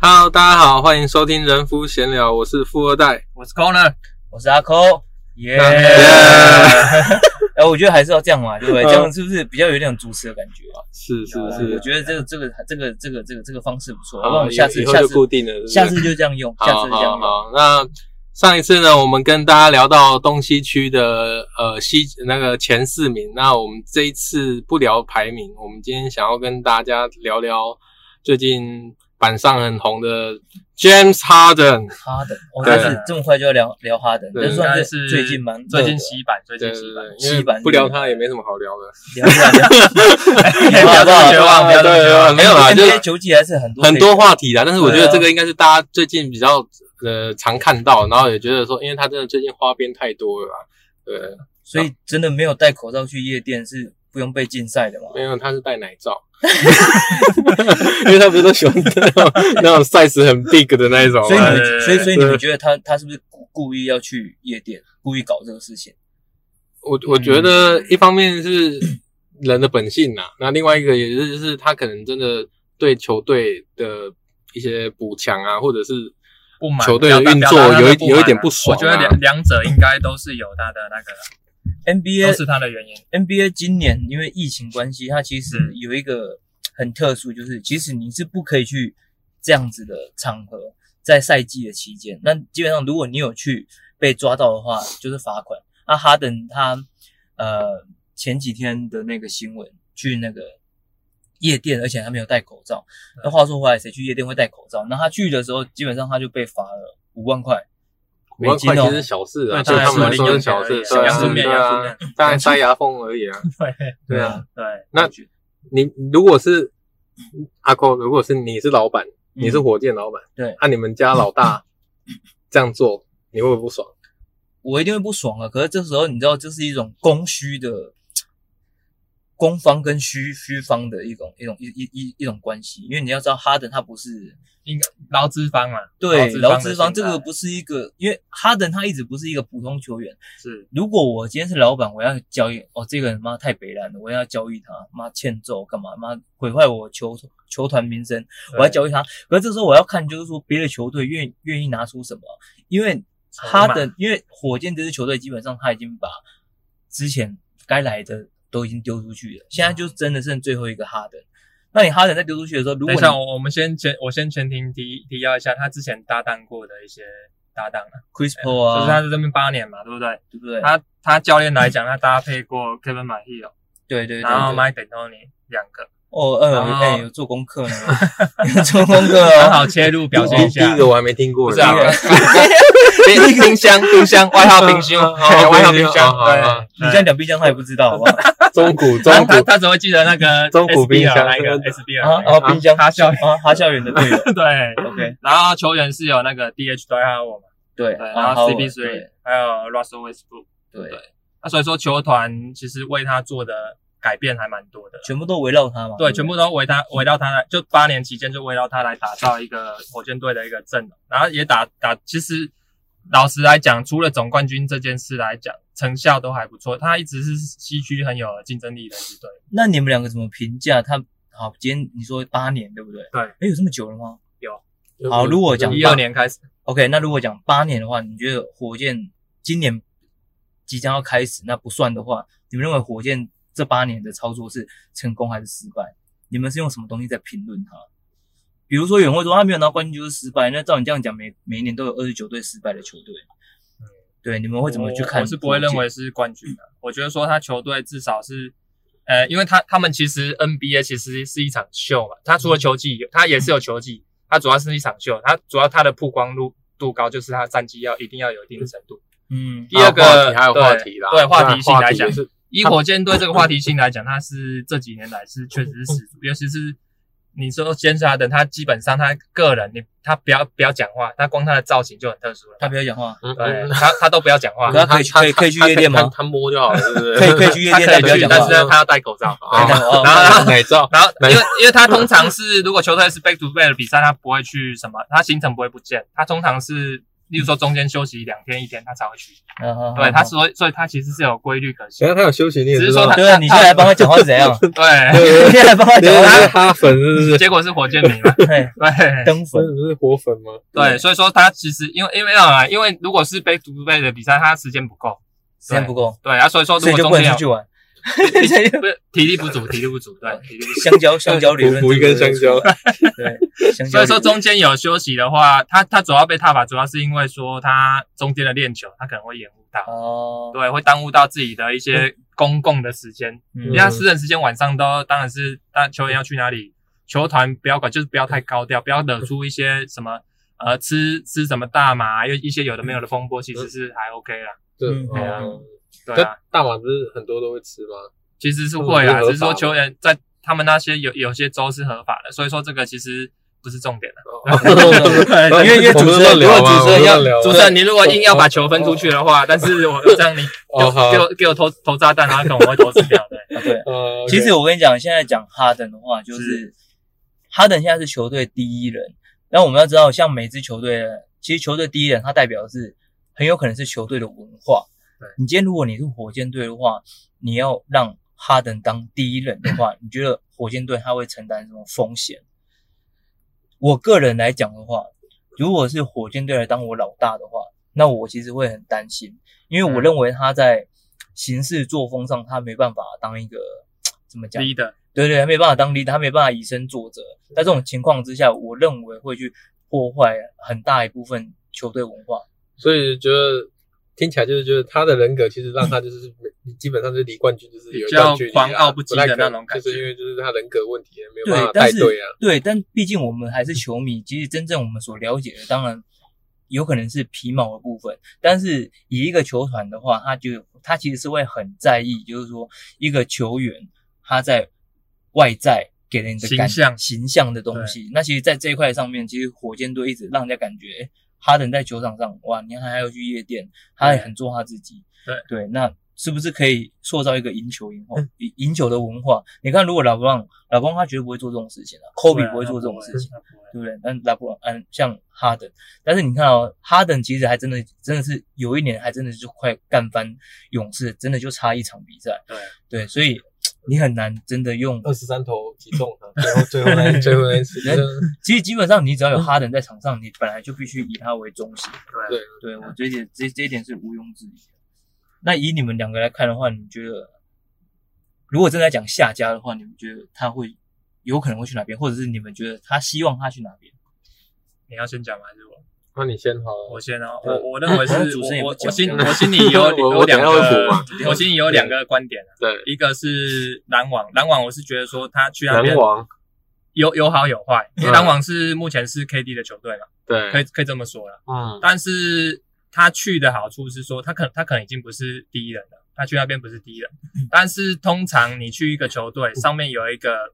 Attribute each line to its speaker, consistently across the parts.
Speaker 1: Hello，大家好，欢迎收听人夫闲聊，我是富二代。
Speaker 2: 我是 Corner，
Speaker 3: 我是阿抠，耶！
Speaker 1: 耶
Speaker 3: 哎，我觉得还是要这样嘛，对不对？
Speaker 1: 嗯
Speaker 3: 这样是不是比较有点主持的感觉啊？
Speaker 1: 是是
Speaker 3: 我
Speaker 1: 是，
Speaker 3: 觉得这个这个这个这个这个这个方式不错，
Speaker 1: 好
Speaker 3: 好不好？我们下次
Speaker 1: 以后
Speaker 3: 下
Speaker 1: 就
Speaker 3: 次
Speaker 1: 固定了，是不是
Speaker 3: 下次就这样用，下次
Speaker 1: 好
Speaker 3: 就这
Speaker 1: 好
Speaker 3: 样用。
Speaker 1: 啊好。那上一次呢，我们跟大家聊到东西区的呃西那个前四名，那我们这一次不聊排名，我们今天想要跟大家聊聊最近板上很红的 James Harden。
Speaker 3: 哈登，哦，
Speaker 1: 对
Speaker 3: 但是这么快就要聊聊哈登，
Speaker 1: 对
Speaker 3: 这
Speaker 1: 应
Speaker 3: 算
Speaker 2: 该
Speaker 3: 是
Speaker 2: 是
Speaker 3: 最近蛮
Speaker 2: 最近
Speaker 3: 洗
Speaker 2: 洗版，最
Speaker 1: 对
Speaker 2: 近
Speaker 1: 对
Speaker 2: 洗版。
Speaker 1: 对，
Speaker 3: 西
Speaker 1: 因
Speaker 3: 版
Speaker 1: 为不聊他也没什么好聊的，
Speaker 3: 聊不完，
Speaker 2: 哎
Speaker 3: 啊
Speaker 2: 不要这么绝望，不要这么绝望。
Speaker 1: 没有啦，就
Speaker 3: NBA 球季还是很多
Speaker 1: 很多
Speaker 3: 可以
Speaker 1: 话题啦。但是我觉得
Speaker 3: 对啊
Speaker 1: 这个应该是大家最近比较呃常看到，然后也觉得说，因为他真的最近花边太多了啦。对，
Speaker 3: 所以真的没有戴口罩去夜店是不用被禁赛的嘛？
Speaker 1: 没有，他是戴奶 罩，因为他不是都喜欢那种那种 size 很 big 的那一种吗啊
Speaker 3: 所以你
Speaker 2: 对对
Speaker 3: 们，
Speaker 2: 对
Speaker 3: 所以所以你
Speaker 1: 对
Speaker 3: 们觉得他他是不是故故意要去夜店，故意搞这个事情？
Speaker 1: 我我觉得一方面是人的本性呐、那另外一个也是就是他可能真的对球队的一些补强啊，或者是
Speaker 2: 不满
Speaker 1: 球队
Speaker 2: 不要
Speaker 1: 的
Speaker 2: 打
Speaker 1: 运
Speaker 2: 不要
Speaker 1: 作
Speaker 2: 打他们
Speaker 1: 有一
Speaker 2: 不满
Speaker 1: 有一
Speaker 2: 啊
Speaker 1: 点不爽啊
Speaker 2: 我觉得两两者应该都是有他的那个，都
Speaker 3: NBA
Speaker 2: 是他的原因。
Speaker 3: NBA 今年
Speaker 1: 嗯
Speaker 3: 因为疫情关系，它其实
Speaker 2: 嗯
Speaker 3: 有一个很特殊，就是其实你是不可以去这样子的场合，在赛季的期间。那基本上，如果你有去被抓到的话，就是罚款。那哈登他呃前几天的那个新闻，去那个夜店，而且他没有戴口罩。
Speaker 1: 嗯
Speaker 3: 那话说回来，谁去夜店会戴口罩？那他去的时候，基本上他就被罚了五万块。
Speaker 1: 五万块
Speaker 3: 美金哦
Speaker 1: 其实是小事啊，
Speaker 2: 对
Speaker 1: 对
Speaker 2: 当然
Speaker 1: 他们来
Speaker 2: 是
Speaker 1: 说
Speaker 2: 零用
Speaker 1: 是小
Speaker 2: 钱而
Speaker 1: 事
Speaker 2: 已，啊
Speaker 1: 对
Speaker 2: 养
Speaker 1: 啊
Speaker 2: 猪面
Speaker 1: 对
Speaker 2: 养猪
Speaker 1: 啊
Speaker 2: 面，
Speaker 1: 当然塞牙缝而已啊，
Speaker 2: 对，
Speaker 1: 对啊。，
Speaker 3: 对。嗯
Speaker 1: 那你如果是阿扣，如果是你是老板，你是
Speaker 3: 嗯
Speaker 1: 火箭老板，啊
Speaker 3: 对
Speaker 1: 按你们家老大这样做，你会不会不爽？
Speaker 3: 我一定会不爽啊。可是这时候你知道，这是一种供需的，供方跟需需方的一种一种一一一一种关系。因为你要知道，哈登他不是
Speaker 2: 应该劳资方嘛，
Speaker 3: 对劳
Speaker 2: 劳
Speaker 3: 资
Speaker 2: 资
Speaker 3: 方
Speaker 2: 方的心态
Speaker 3: 这个不是一个，因为哈登他一直不是一个普通球员。
Speaker 2: 是
Speaker 3: 如果我今天是老板，我要交易哦，这个人妈太北烂了，我要交易他，妈欠揍干嘛？妈毁坏我球球团名声，我要交易他。可是这时候我要看，就是说别的球队愿愿意拿出什么，因为哈
Speaker 2: 筹
Speaker 3: 登，因为火箭这支球队基本上他已经把之前该来的都已经丢出去了，现在就真的剩最后一个哈登。那你哈登在丢出去的时候，如果
Speaker 2: 等一
Speaker 3: 你
Speaker 2: 下，我我们先前我先前提提提要一下他之前搭档过的一些搭档啊，
Speaker 3: Chris Paul
Speaker 2: 就是他
Speaker 3: 啊，
Speaker 2: 在这边八年嘛，对不对？
Speaker 3: 对不对？
Speaker 2: 他他教练来讲，他搭配过 Kevin m a h i l
Speaker 3: 对对对
Speaker 2: 然后
Speaker 3: 对。
Speaker 2: Mike D'Antoni 两个，
Speaker 3: 哦，呃，
Speaker 2: 然后
Speaker 3: 哎，有做功 课呢，有做功课
Speaker 2: 很
Speaker 3: 哦。
Speaker 2: 好切入表现一
Speaker 1: 第
Speaker 2: 下。
Speaker 1: 一个我还没听过，
Speaker 2: 不是啊
Speaker 1: 对吧，
Speaker 2: 冰冰箱，冰箱，外号冰箱，
Speaker 1: 哦
Speaker 2: 外号
Speaker 1: 冰
Speaker 2: 冰
Speaker 1: 箱
Speaker 2: 箱
Speaker 1: 哦，
Speaker 2: 对
Speaker 1: 哦，
Speaker 3: 你这样讲冰箱他也不知道，好不好？
Speaker 1: 中古中
Speaker 2: 他他
Speaker 1: 古
Speaker 2: 他只会记得那个
Speaker 1: 中古冰箱
Speaker 2: SBL 那个
Speaker 1: 那个
Speaker 2: S B
Speaker 3: 啊，
Speaker 2: L
Speaker 3: 然后冰箱
Speaker 2: 哈校园，
Speaker 3: 啊，哈校园的队 友
Speaker 2: 对。
Speaker 3: ，OK，
Speaker 2: 然后球员是有那个 D H 对还有我嘛，
Speaker 3: 对，
Speaker 2: 对，
Speaker 3: 啊
Speaker 2: 然后 C P
Speaker 3: 对
Speaker 2: three 还有 Russell Westbrook，
Speaker 3: 对，
Speaker 2: 对那所以说球团其实为他做的改变还蛮多的，
Speaker 3: 全部都围绕他嘛，
Speaker 2: 对，
Speaker 3: 不
Speaker 2: 全部都围他围绕他来，就八年期间就围绕他来打造一个火箭队的一个阵容，然后也打打，其实老实来讲，除了总冠军这件事来讲，成效都还不错，他一直是西区很有竞争力的一支队，
Speaker 3: 那你们两个怎么评价他？好，今天你说八年对不对？
Speaker 2: 对
Speaker 3: 哎，有这么久了吗好
Speaker 1: 嗯
Speaker 3: 如果讲
Speaker 2: 一二年开始，
Speaker 3: ？OK，那如果讲八年的话，你觉得火箭今年即将要开始，那不算的话，你们认为火箭这八年的操作是成功还是失败？你们是用什么东西在评论它？比如说有人会说他没有拿冠军就是失败，那照你这样讲，每每一年都有二十九队失败的球队，对，你们会怎么去看
Speaker 2: 我？我是不会认为是冠军的、我觉得说他球队至少是，呃，因为他他们其实 NBA 其实是一场秀嘛，他除了球技，他也是有球技，他主要是一场秀，他主要他的曝光度度高，就是他战绩要一定要有一定的程度。
Speaker 3: 嗯，
Speaker 2: 第二个
Speaker 1: 还有话题还有
Speaker 2: 对
Speaker 1: 话题啦，
Speaker 2: 对话题性来
Speaker 1: 话
Speaker 2: 讲
Speaker 1: 题，是
Speaker 2: 以火箭队这个话题性来讲，他是这几年来是确实是始祖，尤其是你说先是哈登，他基本上他个人，你他不要不要讲话，他光他的造型就很特殊了。
Speaker 3: 他不要讲话，
Speaker 1: 嗯
Speaker 2: 对
Speaker 1: 嗯
Speaker 2: 他他都不要 讲话，
Speaker 3: 那可以去可以可以去夜店吗
Speaker 1: 他他摸就好了，是不是？
Speaker 3: 可以可以去夜
Speaker 2: 他
Speaker 3: 店，
Speaker 2: 可
Speaker 3: 但
Speaker 2: 以
Speaker 3: 不要
Speaker 2: 去，
Speaker 3: 讲
Speaker 2: 但
Speaker 3: 话
Speaker 2: 是。他他要戴口罩。
Speaker 1: 哦
Speaker 3: 然后
Speaker 1: 然后奶 罩，
Speaker 2: 然后，
Speaker 1: 那
Speaker 2: 因为因为他通常是如果球队是 back to back 的比赛，他不会去什么，他行程不会不见，他通常是例如说中间休息两天一天，他才会去。
Speaker 3: 嗯哼
Speaker 2: 对，他所以所以他其实是有规律可
Speaker 1: 只
Speaker 2: 循
Speaker 1: 要。他有休息，你也
Speaker 2: 只
Speaker 1: 知
Speaker 2: 是说
Speaker 1: 道
Speaker 2: 他。
Speaker 3: 对啊，你现在来帮他讲话是怎 样？
Speaker 2: 对，
Speaker 1: 对
Speaker 3: 你现在来帮 他
Speaker 1: 对
Speaker 3: 讲
Speaker 1: 对，
Speaker 3: 话
Speaker 1: 是哈粉是不是？
Speaker 2: 结果是火箭迷嘛。
Speaker 3: 是，嘿
Speaker 2: 对
Speaker 3: 哎 登粉
Speaker 1: 不是活粉吗？
Speaker 2: 对，所以说他其实因为因为啊，因为如果是杯独杯的比赛，他时间不够。
Speaker 3: 时间不够，
Speaker 2: 对啊，所以说如
Speaker 3: 所以
Speaker 2: 果
Speaker 3: 就
Speaker 2: 中
Speaker 3: 不能
Speaker 2: 间
Speaker 3: 出
Speaker 2: 有
Speaker 3: 去玩。
Speaker 2: 不是体力不足，体力不足，对，体力 不足。
Speaker 3: 香 蕉，香蕉理论，
Speaker 1: 补补一根香蕉，
Speaker 3: 对，香蕉
Speaker 2: 所
Speaker 3: 理论。
Speaker 2: 以说中间有休息的话，他他主要被踏伐，主要是因为说他中间的练球，他可能会延误到，
Speaker 3: 哦，
Speaker 2: 对，会耽误到自己的一
Speaker 1: 嗯
Speaker 2: 些公共的时间。因为
Speaker 3: 嗯
Speaker 2: 他私人时间晚上都当然是，当球员要去哪里，球团不要管，就是不要太高调，不要惹出一些什么呃吃吃什么大麻，又一些有的没有的风波，其实是还 OK 啦。
Speaker 1: 对
Speaker 3: 嗯
Speaker 2: 对啊
Speaker 1: 哦
Speaker 2: 对
Speaker 1: 可
Speaker 2: 啊，
Speaker 1: 大马不是很多都会吃 吗？
Speaker 2: 其实是会
Speaker 1: 嗯合
Speaker 2: 啊，
Speaker 1: 法
Speaker 2: 只是说球员在他们那些有有些州是合法的，所以说这个其实不是重点了。
Speaker 1: 哦因
Speaker 3: 因为因为主持人，如
Speaker 1: 聊
Speaker 3: 果
Speaker 1: 吗
Speaker 3: 主持人
Speaker 1: 我们乱聊啊吗
Speaker 3: 要主
Speaker 2: 主
Speaker 3: 持
Speaker 2: 持
Speaker 3: 人
Speaker 2: 人，你如果硬要把球分出去的话，但是我这样你
Speaker 1: 哦好
Speaker 2: 给我给我给我投投炸弹，然后可能我会投死 掉的。
Speaker 3: 啊对，
Speaker 1: 呃，
Speaker 3: 其实我跟你讲，现在讲哈登的话，就是哈登现在是球队第一人。那我们要知道，像每支球队，其实球队第一人他代表的是很有可能是球队的文化。
Speaker 2: 对
Speaker 3: 你今天如果你是火箭队的话，你要让哈登当第一人的话，你觉得火箭队他会承担什么风险？我个人来讲的话，如果是火箭队来当我老大的话，那我其实会很担心，因为我
Speaker 2: 嗯
Speaker 3: 认为他在行事作风上，他没办法当一个怎么讲
Speaker 2: 第一的，
Speaker 3: 对对，他没办法当 leader，他没办法以身作则。在这种情况之下，我认为会去破坏很大一部分球队文化。
Speaker 1: 所以觉得听起来就是觉得他的人格其实让他就是基本上就是离冠军就是有一段距离啊
Speaker 2: 比较狂傲不羁的那种感
Speaker 1: 不太可能
Speaker 2: 觉
Speaker 1: 就是因为就是他人格问题没有
Speaker 3: 对
Speaker 1: 办法，
Speaker 3: 但
Speaker 1: 带
Speaker 3: 是
Speaker 1: 队啊。
Speaker 3: 对，但毕竟我们还是球迷，其实真正我们所了解的，当然有可能是皮毛的部分。但是以一个球团的话，他就他其实是会很在意，就是说一个球员他在外在给人的感
Speaker 2: 形象
Speaker 3: 形象的东西。那其实，在这一块上面，其实火箭队一直让人家感觉，诶哈登在球场上，哇，你看还要去夜店，他也很做他自己。
Speaker 2: 对
Speaker 3: 对，那是不是可以塑造一个赢球赢后赢赢球的文化？你看，如果老布朗，老布朗他绝对不会做这种事情啊，科比不会做这种事情，对不对？但拉布朗，嗯，像哈登，但是你看哦，哈登其实还真的真的是有一年还真的就快干翻勇士，真的就差一场比赛。
Speaker 2: 对
Speaker 3: 对，啊嗯所以你很难真的用
Speaker 1: 二十三投几中 啊，然后最后那最后那一次，
Speaker 3: 人 其实基本上你只要有哈登在场上，你本来就必须以他为中心。
Speaker 2: 对啊
Speaker 1: 对
Speaker 3: 对我觉得这这一点是毋庸置疑的。那以你们两个来看的话，你觉得如果正在讲下家的话，你们觉得他会有可能会去哪边，或者是你们觉得他希望他去哪 边？
Speaker 2: 你要先讲吗？还是我？
Speaker 1: 那你先好了。
Speaker 2: 我先啊，
Speaker 1: 对
Speaker 2: 我我认为是
Speaker 3: 好 像主持人也
Speaker 2: 我我
Speaker 3: 不讲
Speaker 2: 我心我心里有
Speaker 1: 我
Speaker 2: 有
Speaker 1: 我等
Speaker 2: 两
Speaker 1: 一下会补
Speaker 2: 个
Speaker 1: 嘛，
Speaker 2: 我心里有两个观点啊，
Speaker 1: 对，
Speaker 2: 一个是篮网，篮网我是觉得说他去那
Speaker 1: 篮
Speaker 2: 边
Speaker 1: 网
Speaker 2: 有有好有坏，因为
Speaker 1: 嗯
Speaker 2: 篮网是目前是 KD 的球队嘛，
Speaker 1: 对，
Speaker 2: 可以可以这么说了。
Speaker 1: 嗯
Speaker 2: 但是他去的好处是说，他可他可能已经不是第一人了，他去那边不是第一人。
Speaker 1: 嗯
Speaker 2: 但是通常你去一个球队，上面有一个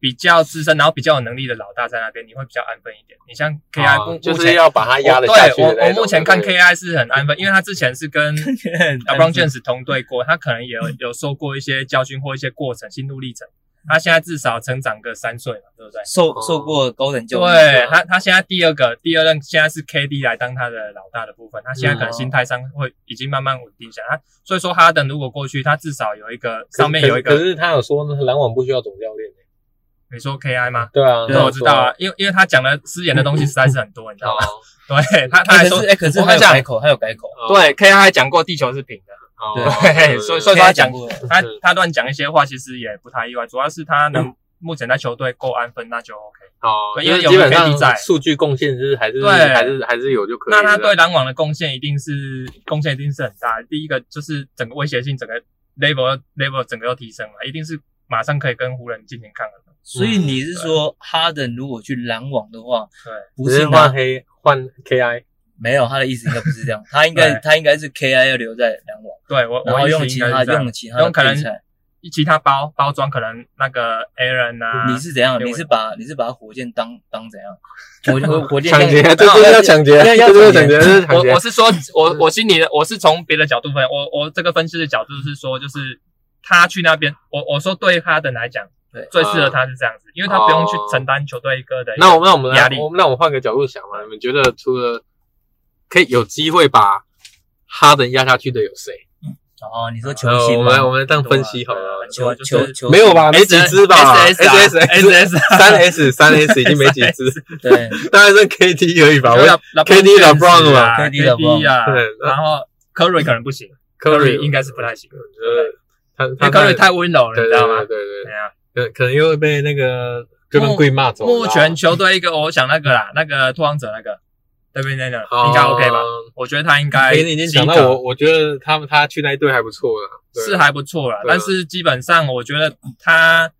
Speaker 2: 比较资深，然后比较有能力的老大在那边，你会比较安分一点。你像 KI 目、
Speaker 1: 啊
Speaker 2: 目前
Speaker 1: 就是要把他压
Speaker 2: 我
Speaker 1: 得下去
Speaker 2: 哦对
Speaker 1: 的
Speaker 2: 我
Speaker 1: 那
Speaker 2: 我
Speaker 1: 种
Speaker 2: 目前看
Speaker 1: 对不对
Speaker 2: KI 是很安分，因为他之前 是跟 LeBron James 同队过，他可能也
Speaker 1: 嗯
Speaker 2: 有有受过一些教训或一些过程心路历程。他现在至少成长个三岁嘛，对不对？
Speaker 3: 受受过高等教育，
Speaker 2: 对他，他现在第二个第二任现在是 KD 来当他的老大的部分，他现在可能心态上会已经慢慢稳定下来。他所以说哈登如果过去，他至少有一个
Speaker 1: 可
Speaker 2: 上面有一
Speaker 1: 可是
Speaker 2: 个，
Speaker 1: 可是他有说呢，篮网不需要总教练欸，
Speaker 2: 你说 KI 吗？
Speaker 1: 对啊，他
Speaker 3: 对
Speaker 2: 那
Speaker 1: 有
Speaker 2: 我知道啊
Speaker 1: 说，，
Speaker 2: 因为因为他讲的私言的东西实在是很多，你 知道吗？
Speaker 1: 哦
Speaker 2: 对他他
Speaker 3: 哎
Speaker 2: 还
Speaker 3: 可
Speaker 2: 说
Speaker 3: 是，哎，可是
Speaker 2: 我
Speaker 3: 他
Speaker 2: 跟
Speaker 3: 有
Speaker 2: 你讲
Speaker 3: 改口，他有改口，
Speaker 2: 对 KI 还讲过地球是平的，
Speaker 1: 哦
Speaker 3: 对
Speaker 2: 对所以所以
Speaker 3: 他
Speaker 2: 他讲
Speaker 3: 过了，
Speaker 2: 他
Speaker 1: 是
Speaker 2: 他乱讲一些话，其实也不太意外，主要是他能目前在球队够安分，那就 OK。
Speaker 1: 哦，
Speaker 2: 对
Speaker 1: 因为
Speaker 2: 因为有
Speaker 1: 基本上
Speaker 2: KD 在
Speaker 1: 数据贡献是还是
Speaker 2: 对
Speaker 1: 还是还是有就可以
Speaker 2: 那
Speaker 1: 了。
Speaker 2: 他对篮网的贡献一定是贡献一定是很大。第一个就是整个威胁性，整个 level level 整个都提升了，一定是马上可以跟湖人进行抗衡。
Speaker 3: 所以你是说哈登如果去篮网的话，
Speaker 2: 嗯对，
Speaker 3: 不
Speaker 1: 只是
Speaker 3: 是
Speaker 1: 换
Speaker 3: 他
Speaker 1: 黑换 KI，
Speaker 3: 没有他的意思应该不是这样，他应该
Speaker 2: 对
Speaker 3: 他应该是 KI 要留在篮网，
Speaker 2: 对我
Speaker 3: 然
Speaker 2: 我
Speaker 3: 后
Speaker 2: 意思
Speaker 3: 用
Speaker 2: 应
Speaker 3: 其
Speaker 2: 该是
Speaker 3: 他
Speaker 2: 这样
Speaker 3: 用其他的
Speaker 2: 用可能
Speaker 3: 配菜。
Speaker 2: 其他包包装，可能那个 Aaron 啊，
Speaker 3: 你是怎样？
Speaker 2: 对
Speaker 3: 你是把你是把火箭当当怎 样？火火火箭哦
Speaker 1: 抢劫，
Speaker 3: 像
Speaker 1: 这就是要抢劫，
Speaker 3: 要要
Speaker 1: 这就是抢
Speaker 3: 抢劫
Speaker 1: 劫，这是抢
Speaker 2: 我
Speaker 1: 劫
Speaker 2: 我。是说，我我心里的我是从别的角度分，我我这个分析的角度是说，就是他去那边，我我说对哈登来讲
Speaker 3: 对，
Speaker 2: 最适合他是这样子，因为他不用去承担球队一个的一个
Speaker 1: 那我们那我们
Speaker 2: 压
Speaker 1: 来
Speaker 2: 力，
Speaker 1: 我们那我们换个角度想嘛，你们觉得除了可以有机会把哈登压下去的有 谁？
Speaker 3: 哦，你说球
Speaker 1: 呃，
Speaker 3: 星
Speaker 1: 我
Speaker 3: 吗？
Speaker 1: 们我们这样分析好了，
Speaker 3: 啊球
Speaker 2: 就是
Speaker 3: 球球
Speaker 1: 没有吧？没几只吧
Speaker 2: S S 啊 S S
Speaker 1: 三 S 三 S 已经没几只，
Speaker 3: 星？对，
Speaker 1: 大概是 KT 而已吧。我
Speaker 2: 啊，KD
Speaker 1: KD LeBron 嘛
Speaker 3: KD
Speaker 2: ，KD 啊，
Speaker 1: 对
Speaker 2: 然后 Curry 可能不行，Curry 应该是不太行，
Speaker 1: 呃，他
Speaker 2: 因为
Speaker 1: 他
Speaker 2: Curry 太温柔了，
Speaker 1: 对
Speaker 2: 你
Speaker 1: 对
Speaker 2: 知道吗
Speaker 1: 对？对
Speaker 2: 对啊，
Speaker 1: 对，可可能又会被那个 Draymond Green 骂走了啊。
Speaker 2: 目前球队一个，我想那个啦，那个拓荒者那个，对面那个
Speaker 1: 哦
Speaker 2: 应该 OK 吧？我觉得他应该
Speaker 1: 哎，你已经讲到
Speaker 2: 及格
Speaker 1: 我，我觉得他们他去那一队还不错了，对
Speaker 2: 是还不错啦，
Speaker 1: 对啊
Speaker 2: 但是基本上我觉得他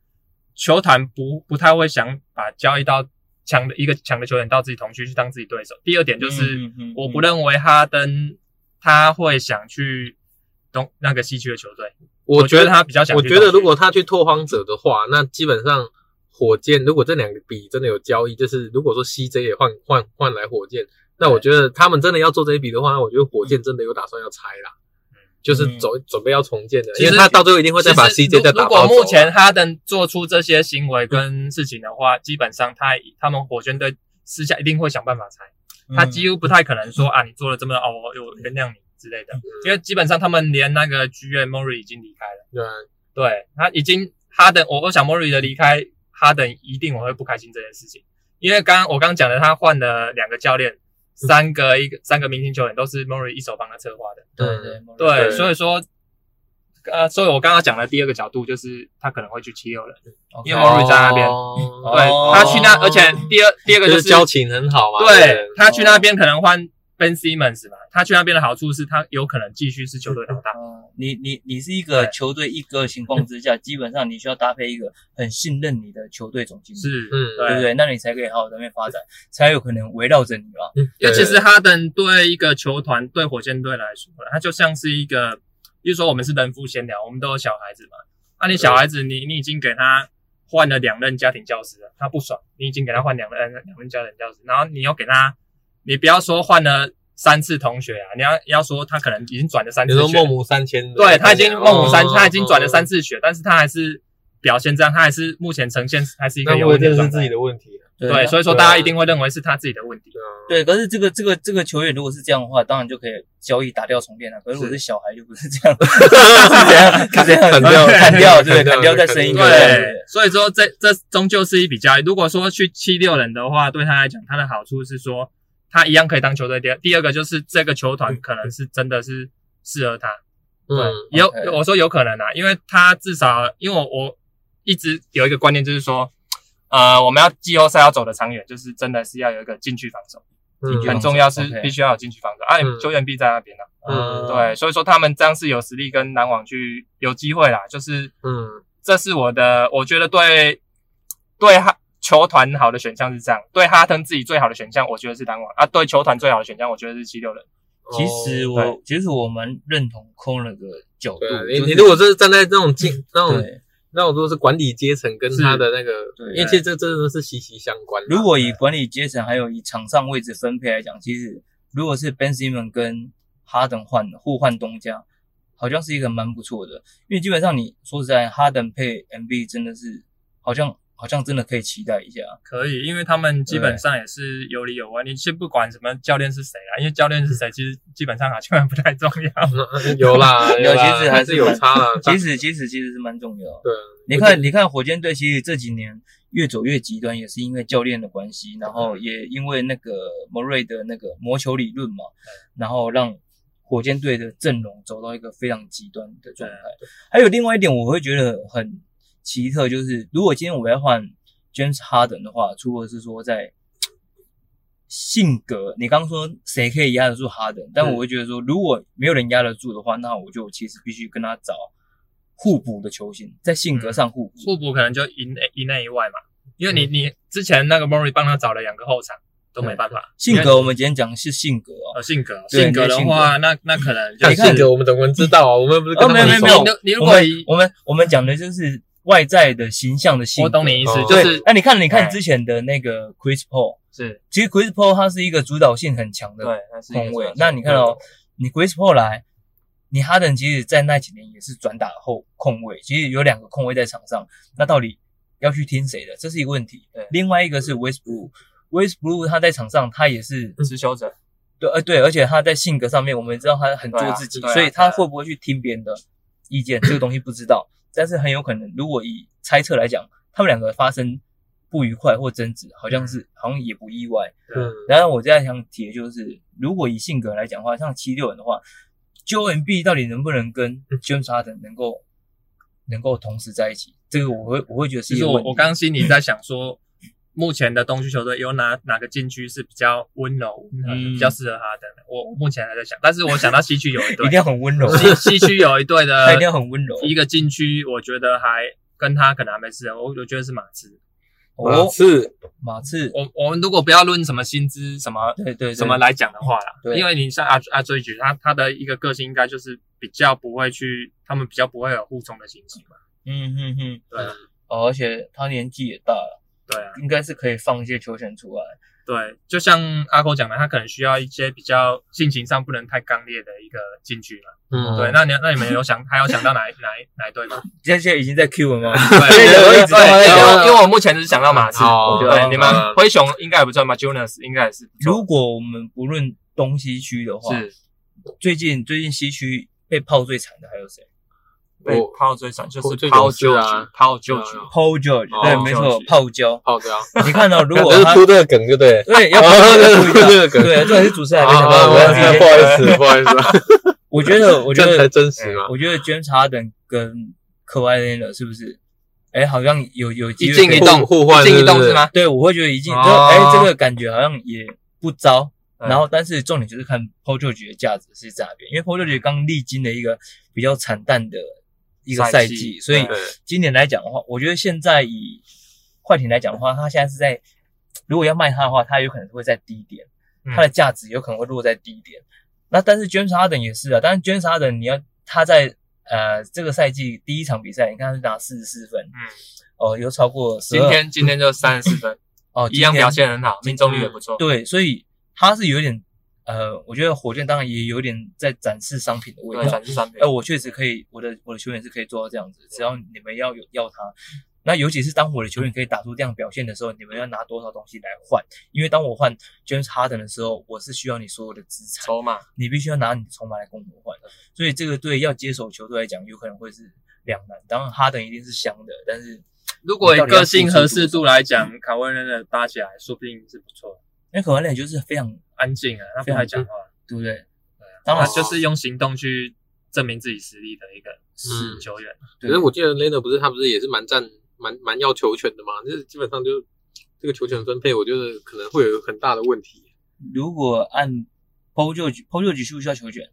Speaker 2: 球坛不不太会想把交易到强的一个强的球员到自己同区去当自己对手。第二点就是，
Speaker 3: 嗯嗯嗯
Speaker 2: 我不认为哈登他会想去东那个西区的球队，
Speaker 1: 我
Speaker 2: 觉得他比较想去
Speaker 1: 我
Speaker 2: 东区。
Speaker 1: 觉得如果他去拓荒者的话，那基本上火箭如果这两个比真的有交易，就是如果说 CJ 也换换换来火箭，那我觉得他们真的要做这一笔的话，那我觉得火箭真的有打算要拆啦，就是准、准备要重建的，
Speaker 2: 嗯其实
Speaker 1: 因为他到最后一定会再把
Speaker 2: 其实
Speaker 1: CJ 再
Speaker 2: 如
Speaker 1: 打包
Speaker 2: 如果
Speaker 1: 走啊。
Speaker 2: 目前哈登做出这些行为跟事情的话，基本上他他们火箭队私下一定会想办法裁。
Speaker 3: 嗯
Speaker 2: 他
Speaker 1: 嗯
Speaker 2: 几乎不太可能说啊，你做了这么多哦，我我原谅你之类
Speaker 1: 嗯
Speaker 2: 的，因为基本上他们连那个剧院 Murray 已经离开了，
Speaker 1: 对啊，
Speaker 2: 对他已经哈登，我我想 Murray 的离开，哈登一定我会不开心这件事情，因为刚刚我刚讲的，他换了两个教练，
Speaker 1: 嗯
Speaker 2: 三个一个三个明星球员都是 Murray 一手帮他策划的，
Speaker 3: 对对
Speaker 2: 对，
Speaker 1: 对
Speaker 2: 所以说。呃，所以我刚刚讲的第二个角度就是他可能会去七六人，因为
Speaker 3: 我
Speaker 2: Murray 在那 边
Speaker 1: 哦
Speaker 2: 对
Speaker 3: 哦
Speaker 2: 他去那，而且第二第二个
Speaker 1: 就是是交哦情很好嘛。
Speaker 2: 对他去那边可能换 Ben Simmons 嘛，他去那边的好处是他有可能继续是球队老大。
Speaker 3: 你你你是一个
Speaker 2: 对
Speaker 3: 球队一哥的情况之下，基本上你需要搭配一个很信任你的球队总经理，
Speaker 2: 是，
Speaker 1: 嗯
Speaker 3: 对不
Speaker 2: 对。
Speaker 3: 对？那你才可以好好在那边发展，才有可能围绕着你嘛。
Speaker 1: 嗯，
Speaker 2: 因为其
Speaker 1: 对
Speaker 2: 实哈登对一个球团、对火箭队来说，他就像是一个，比如说我们是人夫闲聊，我们都有小孩子嘛。那、你小孩子你，你已经给他换了两任家庭教师了，他不爽，你已经给他换两任两任家庭教师，然后你又给他，你不要说换了三次同学啊，你要要说他可能已经转了三
Speaker 1: 你
Speaker 2: 次
Speaker 1: 说
Speaker 2: 学
Speaker 1: 孟母三迁，
Speaker 2: 对他已经孟母三，
Speaker 1: 哦
Speaker 2: 他已经转了三，次血，但是他还是表现这样，他还是目前呈现还是一
Speaker 1: 那
Speaker 2: 个有
Speaker 1: 我
Speaker 2: 问题
Speaker 1: 这
Speaker 2: 的
Speaker 1: 是
Speaker 2: 状
Speaker 1: 自己
Speaker 2: 态。
Speaker 1: 的问题 啊。
Speaker 3: 对
Speaker 2: 对，
Speaker 3: 那
Speaker 2: 所以说大家一定会认为是他自己的问题。
Speaker 1: 对啊
Speaker 3: 对，可是这个这个这个球员如果是这样的话，当然就可以交易打掉重练了。可是我是小孩，就不是这样，是这样，是这样，
Speaker 1: 砍掉
Speaker 3: 砍掉，
Speaker 1: 砍
Speaker 3: 对，
Speaker 1: 掉
Speaker 3: 砍掉再生一
Speaker 1: 对
Speaker 3: 个。
Speaker 2: 对，所以说这这终究是一笔交易。如果说去七六人的话，对他来讲，他的好处是说他一样可以当球队第二。第二个就是这个球团可能是真的是适合他，
Speaker 1: 嗯，
Speaker 2: 对，有
Speaker 3: OK
Speaker 2: 我说有可能啊，因为他至少，因为我我一直有一个观念，就是说，呃，我们要季后赛要走得长远，就是真的是要有一个禁区防守，
Speaker 1: 嗯
Speaker 2: 很重要是
Speaker 3: OK
Speaker 2: 必须要有禁区防守。哎、
Speaker 1: 嗯
Speaker 2: 球员必在那边啊，
Speaker 1: 嗯
Speaker 2: 对，所以说他们这样是有实力跟篮网去有机会啦，就是
Speaker 1: 嗯
Speaker 2: 这是我的，我觉得对对哈球团好的选项是这样，对哈登自己最好的选项，我觉得是篮网啊，对球团最好的选项，我觉得是七六人。
Speaker 3: 其实
Speaker 1: 哦
Speaker 3: 我其实我蛮认同 Corner 的角度
Speaker 1: 对啊，，
Speaker 3: 就
Speaker 1: 你
Speaker 3: 是
Speaker 1: 你如果是站在那种 进那种
Speaker 3: 对，
Speaker 1: 那种，如果是管理阶层跟他的那个
Speaker 3: 对，
Speaker 1: 因为其实这真的是息息相关啦。啊
Speaker 3: 如果以管理阶层还有以场上位置分配来啊讲，其实如果是 Ben Simmons 跟哈登换互换东家，好像是一个蛮不错的。因为基本上你说实在，哈登配 MB 真的是好像好像真的可以期待一下。
Speaker 2: 可以，因为他们基本上也是有理有文。你先不管什么教练是谁啊，因为教练是谁，其实基本上好像不太重 要。
Speaker 3: 啊
Speaker 1: 嗯 有啦，
Speaker 3: 有
Speaker 1: 啦
Speaker 3: 其实
Speaker 1: 还
Speaker 3: 还
Speaker 1: 是
Speaker 3: 是
Speaker 1: 有差啦。
Speaker 3: 其实其实其实是蛮重要的。
Speaker 1: 对啊，
Speaker 3: 你
Speaker 1: 我觉
Speaker 3: 看，
Speaker 1: 得
Speaker 3: 你看火箭队其实这几年越走越极端，也是因为教练的关系，然后也因为那个莫瑞的那个魔球理论嘛，
Speaker 1: 嗯
Speaker 3: 然后让火箭队的阵容走到一个非常极端的状态。还有另外一点，我会觉得很奇特，就是如果今天我要换 James Harden 的话，除了是说在性格，你刚刚说谁可以压得住哈登，但
Speaker 1: 嗯
Speaker 3: 我会觉得说，如果没有人压得住的话，那我就其实必须跟他找互补的球星，在性格
Speaker 2: 嗯
Speaker 3: 上互补。
Speaker 2: 互补可能就一内一内一外嘛，因为你
Speaker 3: 嗯
Speaker 2: 你之前那个 Murray 帮他找了两个后场都没办法，
Speaker 3: 性格我们今天讲的是性格哦，
Speaker 2: 呃性格
Speaker 3: 对
Speaker 2: 性格的
Speaker 3: 你的性格
Speaker 2: 话，那那可 能就
Speaker 1: 看
Speaker 2: 是
Speaker 1: 性格，我们怎么能知道啊？我们又不是跟
Speaker 3: 哦
Speaker 1: 他
Speaker 3: 没
Speaker 1: 们
Speaker 3: 有没有没有
Speaker 1: 熟
Speaker 2: 你你如
Speaker 3: 我
Speaker 2: 果
Speaker 3: 们
Speaker 2: 以
Speaker 3: 我们我们讲的就是外在的形象的性
Speaker 2: 我
Speaker 3: 格。
Speaker 2: 懂你意思
Speaker 1: 哦，
Speaker 2: 就
Speaker 3: 对
Speaker 2: 是
Speaker 3: 那你看你看
Speaker 2: 哎
Speaker 3: 之前的那个 Chris Paul，
Speaker 2: 是
Speaker 3: 其实 Chris Paul 他是一个主导性很强的
Speaker 2: 对，那是一个
Speaker 3: 空位
Speaker 2: 转。折
Speaker 3: 那你看哦，你 Grace Paul 来，你哈登其实，在那几年也是转打后控位，其实有两个控位在场上，那到底要去听谁的？这是一个问题。
Speaker 2: 对
Speaker 3: 另外一个是 Westbrook，Westbrook 他在场上他也是
Speaker 2: 持球者，
Speaker 3: 对，呃，对，而且他在性格上面，我们知道他很做自己，
Speaker 2: 对啊对啊
Speaker 3: 所以他会不会去听别人的意见，这个东西不知道。但是很有可能，如果以猜测来讲，他们两个发生不愉快或争执，好像是好像也不意外。
Speaker 1: 嗯，
Speaker 3: 然后我现在想提的就是，如果以性格来讲的话，像七六人的话 j o n B 到底能不能跟
Speaker 2: 嗯
Speaker 3: James Harden 能够能够同时在一起？这个我会我会觉得是
Speaker 2: 其
Speaker 3: 一
Speaker 2: 实
Speaker 3: 个
Speaker 2: 我
Speaker 3: 问题。
Speaker 2: 我刚心里在想说，目前的东区球队有哪哪个禁区是比较温柔、温和的
Speaker 3: 嗯
Speaker 2: 比较适合哈登的？我我目前还在想，但是我想到西区有一
Speaker 3: 一定
Speaker 2: 队，
Speaker 3: 要很温柔，
Speaker 2: 西西区有一队的
Speaker 3: 他一定要很温柔。
Speaker 2: 呃一个禁区，我觉得还跟他可能还没适合，我我觉得是马刺。
Speaker 1: 哦，
Speaker 3: 哦，
Speaker 1: 是
Speaker 3: 马刺，
Speaker 2: 我我们如果不要论什么薪资什么
Speaker 3: 对对对，
Speaker 2: 哦什么来讲的话啦，
Speaker 3: 对
Speaker 2: 因为你像阿阿追举他他的一个个性应该就是比较不会去，他们比较不会有互冲的情形嘛，
Speaker 3: 嗯哼哼，
Speaker 2: 对啊
Speaker 3: 哦，而且他年纪也大了，
Speaker 2: 对啊。
Speaker 3: 应该是可以放一些球权出来。
Speaker 2: 对，就像阿狗讲的，他可能需要一些比较性情上不能太刚烈的一个禁区嘛。
Speaker 1: 嗯，
Speaker 2: 对，那你那你们有想还有想到哪一哪一哪一队吗？
Speaker 3: 现在现在已经在 Q 了吗？
Speaker 2: 对，
Speaker 3: 对
Speaker 2: 我
Speaker 3: 对
Speaker 2: 一直对，
Speaker 3: 对
Speaker 2: 因为因为我目前只是想到马刺，
Speaker 1: 哦
Speaker 2: 我觉得
Speaker 3: 哦
Speaker 2: 你们
Speaker 1: 嗯
Speaker 2: 灰熊应该也不错嘛，Jonas 应该也是不错，
Speaker 3: 如果我们不论东西区的话，
Speaker 2: 是
Speaker 3: 最近最近西区被泡最惨的还有谁
Speaker 2: 被
Speaker 1: 我
Speaker 2: 抛最惨就
Speaker 1: 我
Speaker 2: 是
Speaker 1: 最
Speaker 2: 抛
Speaker 1: 勇士
Speaker 2: 旧
Speaker 1: 啊
Speaker 2: 局，抛旧
Speaker 1: 对啊
Speaker 2: 局，
Speaker 3: ？Paul George，、
Speaker 1: 哦
Speaker 3: 对，没错
Speaker 2: George，
Speaker 3: 泡椒。
Speaker 1: 好的啊，
Speaker 3: 你看到、如果
Speaker 1: 就是
Speaker 3: 他
Speaker 1: 铺这个梗就对了。
Speaker 3: 对要
Speaker 1: 哦
Speaker 3: 不
Speaker 1: 这个梗
Speaker 3: 对，这还是主持人还没想
Speaker 1: 啊，
Speaker 3: 到，
Speaker 1: 我
Speaker 3: 我要自己
Speaker 1: 这
Speaker 3: 先
Speaker 1: 不好意思，不好 意思，
Speaker 3: 我觉得我
Speaker 1: 这
Speaker 3: 觉
Speaker 1: 样才
Speaker 3: 得
Speaker 1: 真实嘛。
Speaker 3: 我觉得 James Harden 跟 Kawhi Leonard 是不是？哎，好像有有机
Speaker 2: 一
Speaker 3: 会
Speaker 2: 进
Speaker 3: 可以
Speaker 2: 一动
Speaker 1: 互换
Speaker 2: 一进一动
Speaker 1: 是不是
Speaker 2: 是吗？
Speaker 3: 对，我会觉得一进，
Speaker 2: 哦
Speaker 3: 就哎、这个感觉好像也不糟。
Speaker 2: 嗯
Speaker 3: 然后，但是重点就是看 p o j o 局的价值是在哪边，因为 p o j o 局刚历经了一个比较惨淡的一个
Speaker 2: 赛
Speaker 3: 赛
Speaker 2: 季
Speaker 3: 季，所以
Speaker 1: 对，
Speaker 3: 今年来讲的话，我觉得现在以快艇来讲的话，他现在是在，如果要卖他的话，他有可能会在低点，
Speaker 2: 嗯
Speaker 3: 他的价值有可能会落在低点。那但是 James Harden 也是啊，但是 James Harden 你要他在呃这个赛季第一场比赛，你看他是拿四十四分，
Speaker 2: 嗯，
Speaker 3: 哦，有超过12
Speaker 2: 今天今天就三十四分，
Speaker 3: 哦
Speaker 2: 一样
Speaker 3: 今天
Speaker 2: 表现很好，命中率也不错，
Speaker 3: 对，所以他是有点呃，我觉得火箭当然也有点在展示商品的味
Speaker 2: 对，
Speaker 3: 道。
Speaker 2: 展示三倍
Speaker 3: 哎、，我确实可以，我的我的球员是可以做到这样子，只要你们要有要他。那尤其是当我的球员可以打出这样表现的时候，你们要拿多少东西来换？因为当我换 James Harden 的时候，我是需要你所有的资产，
Speaker 2: 筹码
Speaker 3: 你必须要拿你的筹码来跟我换。所以这个对要接手球队来讲，有可能会是两难。当然，Harden 一定是香的，但是
Speaker 2: 如果以个性合适度来讲，卡威人的搭起来说不定是不错，
Speaker 3: 那可能也就是非常
Speaker 2: 安静啊，他不太讲话，
Speaker 3: 对不对？
Speaker 2: 当
Speaker 3: 当
Speaker 2: 然
Speaker 3: 然
Speaker 2: 就是用行动去证明自己实力的一个是
Speaker 1: 嗯
Speaker 2: 球员。
Speaker 1: 可
Speaker 3: 对
Speaker 1: 是我记得 Lena 不是他不是也是蛮占蛮蛮要球权的嘛，就是基本上就这个球权分配，我觉得可能会有很大的问题。
Speaker 3: 如果按 PO 就 PO 就局需不需要球权？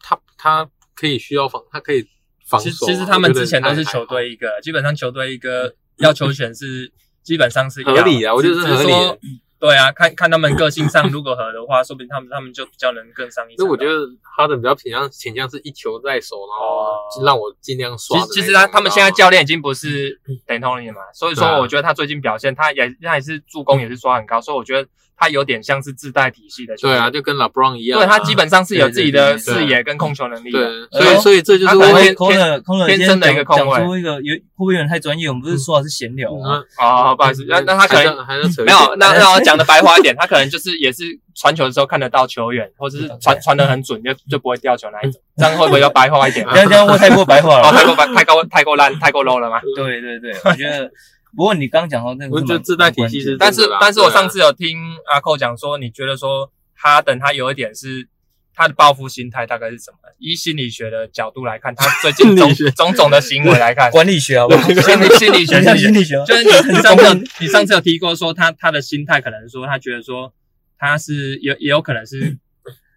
Speaker 1: 他他可以需要防，他可以防
Speaker 2: 其
Speaker 1: 守啊。
Speaker 2: 实其实他们
Speaker 1: 我觉得
Speaker 2: 之前都是
Speaker 1: 还好
Speaker 2: 球队一个，基本上球队一个要球 权是基本上是一样
Speaker 1: 合理啊我觉得是
Speaker 2: 只只
Speaker 1: 合理
Speaker 2: 说对啊，看看他们个性上如果合的话，说不定他们他们就比较能更上一
Speaker 1: 所以
Speaker 2: 层楼。
Speaker 1: 我觉得哈登比较倾向倾向是一球在手，然后让我尽量
Speaker 2: 其
Speaker 1: 刷的
Speaker 2: 实
Speaker 1: 那种。
Speaker 2: 哦其实他他们现在
Speaker 1: 叫
Speaker 2: 教练已经不是 D'Antoni 了嘛，所以
Speaker 1: 嗯对啊
Speaker 2: 说我觉得他最近表现，他也他也是助攻也是刷很高，所以我觉得他有点像是自带体系的球
Speaker 1: 对
Speaker 2: 员。
Speaker 1: 啊，就跟 LeBron 一样啊，
Speaker 2: 对他基本上是有自己的
Speaker 3: 对对
Speaker 1: 对对
Speaker 2: 视野跟控球能力的。啊
Speaker 1: 对，所以
Speaker 3: 哎呦
Speaker 1: 所以这就是
Speaker 2: 他
Speaker 1: 我
Speaker 2: 可能
Speaker 1: 们
Speaker 2: 天
Speaker 3: 空了空了，
Speaker 2: 天生的一个控卫
Speaker 3: 讲出一个有会不会有点太专业？我们不是说好是闲聊啊吗？
Speaker 1: 嗯
Speaker 2: 哦，不好意思，那那他可能
Speaker 1: 还是还是扯一
Speaker 2: 没有，
Speaker 1: 点
Speaker 2: 那那我讲的白话一点，他可能就是也是传球的时候看得到球员，或者是传
Speaker 3: Okay
Speaker 2: 传的很准，就就不会掉球那 一种。这样会不会要白话一点？
Speaker 3: 这样这样会太过白话
Speaker 2: 哦，
Speaker 3: 了。
Speaker 2: 太过白太过太过烂太过 low 了吗？
Speaker 3: 对对对，我觉得。不过你刚讲到那个是蛮，
Speaker 1: 我觉得自带体系是
Speaker 3: 蛮关
Speaker 2: 但
Speaker 3: 键的
Speaker 1: 真
Speaker 2: 是
Speaker 1: 的啦
Speaker 2: 但是我
Speaker 1: 对啊
Speaker 2: 上次有听阿寇讲说，你觉得说哈登他有一点是他的报复心态大概是什么？以心理学的角度来看，他最近
Speaker 1: 心
Speaker 2: 种
Speaker 1: 理学
Speaker 2: 种种的行为来看，
Speaker 3: 管理学好不好？
Speaker 2: 心 理心理学
Speaker 3: 你
Speaker 2: 心
Speaker 3: 像
Speaker 2: 理学
Speaker 3: 心理学啊吗，
Speaker 2: 就是你你上次有你上次有提过说他他的心态可能说他觉得说他是有也有可能是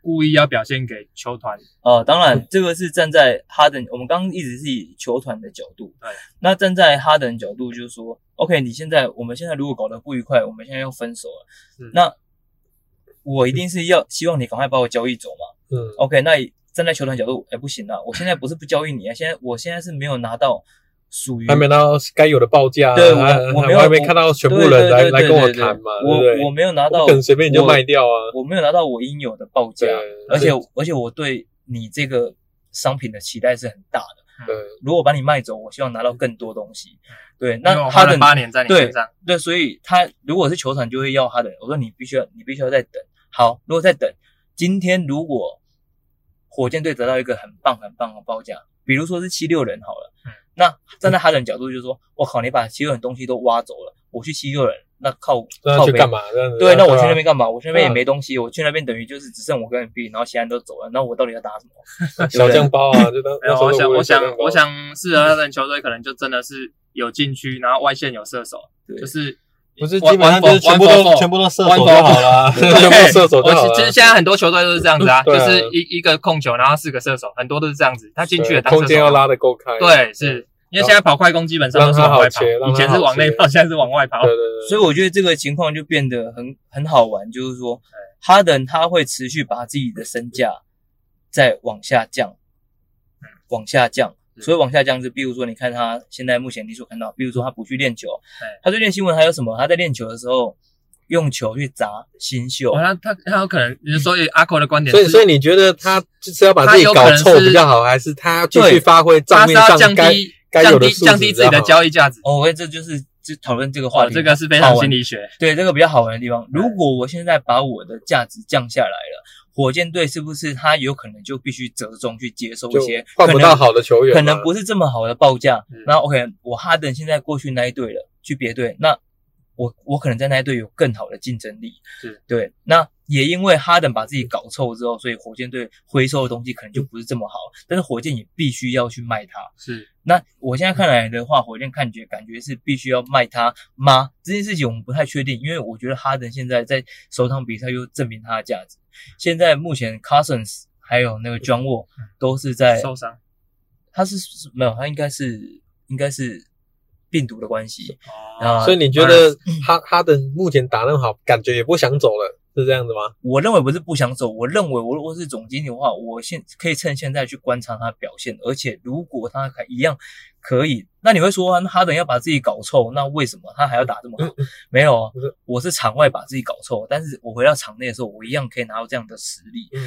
Speaker 2: 故意要表现给球团，
Speaker 3: 哦，当然，这个是站在哈登，我们刚刚一直是以球团的角度。
Speaker 2: 对。
Speaker 3: 那站在哈登角度，就是说，OK，你现在我们现在如果搞得不愉快，我们现在要分手了，
Speaker 1: 嗯
Speaker 3: 那我一定是要希望你赶快把我交易走嘛。
Speaker 1: 嗯
Speaker 3: OK，那站在球团角度，哎，不行啊，我现在不是不交易你啊，现在我现在是没有拿到属于
Speaker 1: 还没拿到该有的报价啊，
Speaker 3: 对我
Speaker 1: 还
Speaker 3: 我没有
Speaker 1: 还没看到全部
Speaker 3: 对对
Speaker 1: 人来
Speaker 3: 对
Speaker 1: 来
Speaker 3: 对
Speaker 1: 跟我
Speaker 3: 对对
Speaker 1: 谈嘛，对不对
Speaker 3: 我我没有拿到
Speaker 1: 不可能随便你就
Speaker 3: 我
Speaker 1: 卖掉啊。
Speaker 3: 我没有拿到我应有的报价
Speaker 1: 对，
Speaker 3: 而且而且我对你这个商品的期待是很大的。
Speaker 1: 对，
Speaker 3: 如果把你卖走，我希望拿到更多东西。对，
Speaker 2: 因为
Speaker 3: 那
Speaker 2: 我
Speaker 3: 哈
Speaker 2: 花了
Speaker 3: 登
Speaker 2: 八年在你身上，
Speaker 3: 对，所以他如果是球团就会要哈登，我说你必须要你必须要再等。好，如果再等，今天如果火箭队得到一个很棒很棒的报价，比如说是七六人好了，
Speaker 2: 嗯
Speaker 3: 那站在哈登角度就说，我靠，你把七六人东西都挖走了，我去七六人，那靠
Speaker 1: 那
Speaker 3: 靠
Speaker 1: 去
Speaker 3: 北
Speaker 1: 干嘛？这样子
Speaker 3: 对，那我去
Speaker 1: 啊
Speaker 3: 那边干嘛？我去那边也
Speaker 1: 嗯
Speaker 3: 没东西，我去那边等于就是只剩我跟 B，然后其他人都走了，那我到底要打什 么？
Speaker 1: 小酱包啊，就当
Speaker 2: 没有，哎我想，我想，
Speaker 1: 那时候的无人小酱
Speaker 2: 我，
Speaker 1: 包
Speaker 2: 想，适合他的球队可能就真的是有禁区，然后外线有射手，
Speaker 3: 对
Speaker 2: 就是
Speaker 1: 不是
Speaker 2: 玩
Speaker 1: 基本上就是全部
Speaker 2: 玩玩
Speaker 1: 都
Speaker 2: 玩
Speaker 1: 全部都射手就好了，
Speaker 2: 对
Speaker 1: 全部射手就好
Speaker 2: 我
Speaker 1: 了。
Speaker 2: 其实现在很多球队都是这样子啊，
Speaker 1: 对
Speaker 2: 就
Speaker 1: 啊
Speaker 2: 是一一个控球，然后四个射手，很多都是这样子。他进去也当射
Speaker 1: 啊
Speaker 2: 手
Speaker 1: 空间要拉得够开，
Speaker 2: 对，是因为现在跑快攻基本上都是往外跑，以前是往内跑，现在是往外跑
Speaker 1: 对。对对，
Speaker 3: 所以我觉得这个情况就变得很很好玩，就是说，哈登他会持续把自己的身价再往下降，往下降。
Speaker 2: 嗯是
Speaker 3: 所以往下降是，比如说你看他现在目前你所看到，比如说他不去练球
Speaker 2: 嗯对，
Speaker 3: 他最近新闻还有什么？他在练球的时候用球去砸新秀
Speaker 2: 哦，，他他他有可能，所以阿寇的观点
Speaker 1: 所以，
Speaker 2: 是，
Speaker 1: 所以你觉得他就是要把自己
Speaker 2: 他有
Speaker 1: 搞
Speaker 2: 可能
Speaker 1: 臭
Speaker 2: 是
Speaker 1: 比较好，还是他要继续
Speaker 3: 对
Speaker 1: 发挥账
Speaker 2: 他是
Speaker 1: 面
Speaker 2: 要
Speaker 1: 上
Speaker 2: 降
Speaker 1: 该
Speaker 2: 低
Speaker 1: 该
Speaker 2: 降
Speaker 1: 有的
Speaker 2: 低
Speaker 1: 素质
Speaker 2: 降低自己的
Speaker 1: 比较好
Speaker 2: 交易价值。
Speaker 3: 哦，喂，这就是就讨论这个话
Speaker 2: 哦，
Speaker 3: 题，
Speaker 2: 这个是非常
Speaker 3: 好玩
Speaker 2: 心理学。
Speaker 3: 对，这个比较好玩的地方。如果我现在把我的价值降下来了，火箭队是不是他有可能就必须折中去接受一
Speaker 1: 就
Speaker 3: 些
Speaker 1: 换不
Speaker 3: 可能
Speaker 1: 到好的球员嘛，
Speaker 3: 可能不是这么好的报价
Speaker 2: 嗯。
Speaker 3: 然后 OK，我哈登现在过去那一队了，去别队，那我我可能在那一队有更好的竞争力。
Speaker 2: 是
Speaker 3: 对，那也因为哈登把自己搞臭之后，所以火箭队回收的东西可能就不是这么好。但是火箭也必须要去卖它。
Speaker 2: 是，
Speaker 3: 那我现在看来的话，火箭看觉感觉是必须要卖他吗？这件事情我们不太确定，因为我觉得哈登现在在首场比赛又证明他的价值。现在目前 Cousins 还有那个 John Wall 都是在
Speaker 2: 受伤。
Speaker 3: 他是是没有，他应该是应该是病毒的关系
Speaker 2: 哦，
Speaker 3: 啊。
Speaker 1: 所以你觉得哈哈登目前打那么好，感觉也不想走了，是这样子吗？
Speaker 3: 我认为不是不想走，我认为我如果是总经理的话，我现可以趁现在去观察他表现，而且如果他还一样可以，那你会说啊那哈登要把自己搞臭，那为什么他还要打这么好？没有啊
Speaker 1: 不是，
Speaker 3: 我是场外把自己搞臭，但是我回到场内的时候，我一样可以拿到这样的实力。
Speaker 1: 嗯，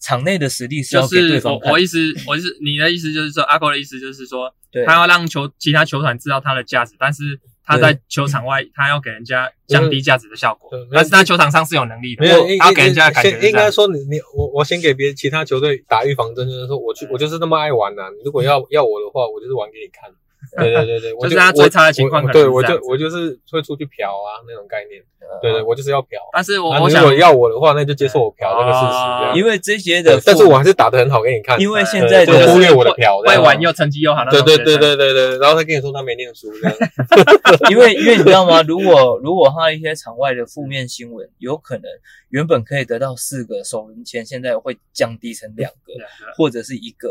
Speaker 3: 场内的实力是
Speaker 2: 就
Speaker 3: 要给对
Speaker 2: 是我
Speaker 3: 方看，
Speaker 2: 我意思，我是你的意思就是说，阿寇的意思就是说，
Speaker 3: 对
Speaker 2: 他要让球其他球团知道他的价值，但是他在球场 外，他要给人家降低价值的效果
Speaker 1: 对没有。
Speaker 2: 但是他球场上是有能力的，
Speaker 1: 没有，应
Speaker 2: 他要给人家的感觉
Speaker 1: 应
Speaker 2: 是
Speaker 1: 应
Speaker 2: 这样
Speaker 1: 该说你你我我先给别其他球队打预防针，就是说我去我就是那么爱玩呐、你如果要要我的话，我就是玩给你看。对对 对对，我
Speaker 2: 嗯就是他最差的情况
Speaker 1: 我我
Speaker 2: 可能是
Speaker 1: 对我
Speaker 2: 这样
Speaker 1: 就
Speaker 2: 子
Speaker 1: 我就是会出去嫖啊那种概念。
Speaker 3: 呃
Speaker 1: 对对，我就是要嫖。
Speaker 2: 但是我
Speaker 1: 那
Speaker 2: 我
Speaker 1: 你啊
Speaker 2: 想
Speaker 1: 如果要我的话，那就接受我嫖这个事实这样
Speaker 2: 哦。
Speaker 3: 因为这些
Speaker 1: 对
Speaker 3: 的，
Speaker 1: 但是我还是打得很好给你看。
Speaker 3: 因为现
Speaker 1: 对
Speaker 3: 在
Speaker 1: 就
Speaker 2: 这个
Speaker 3: 的
Speaker 1: 忽略
Speaker 2: 是
Speaker 1: 我的嫖，这
Speaker 2: 会
Speaker 1: 样
Speaker 2: 玩又成绩又好那
Speaker 1: 对
Speaker 2: 种
Speaker 1: 对
Speaker 2: 学
Speaker 1: 对
Speaker 2: 生
Speaker 1: 对对对，然后他跟你说他没念书，这样
Speaker 3: 因为因为你知道吗？如果如果他一些场外的负面新闻，有可能原本可以得到四个首轮签，现在会降低成两个
Speaker 2: 对啊对啊
Speaker 3: 或者是一个，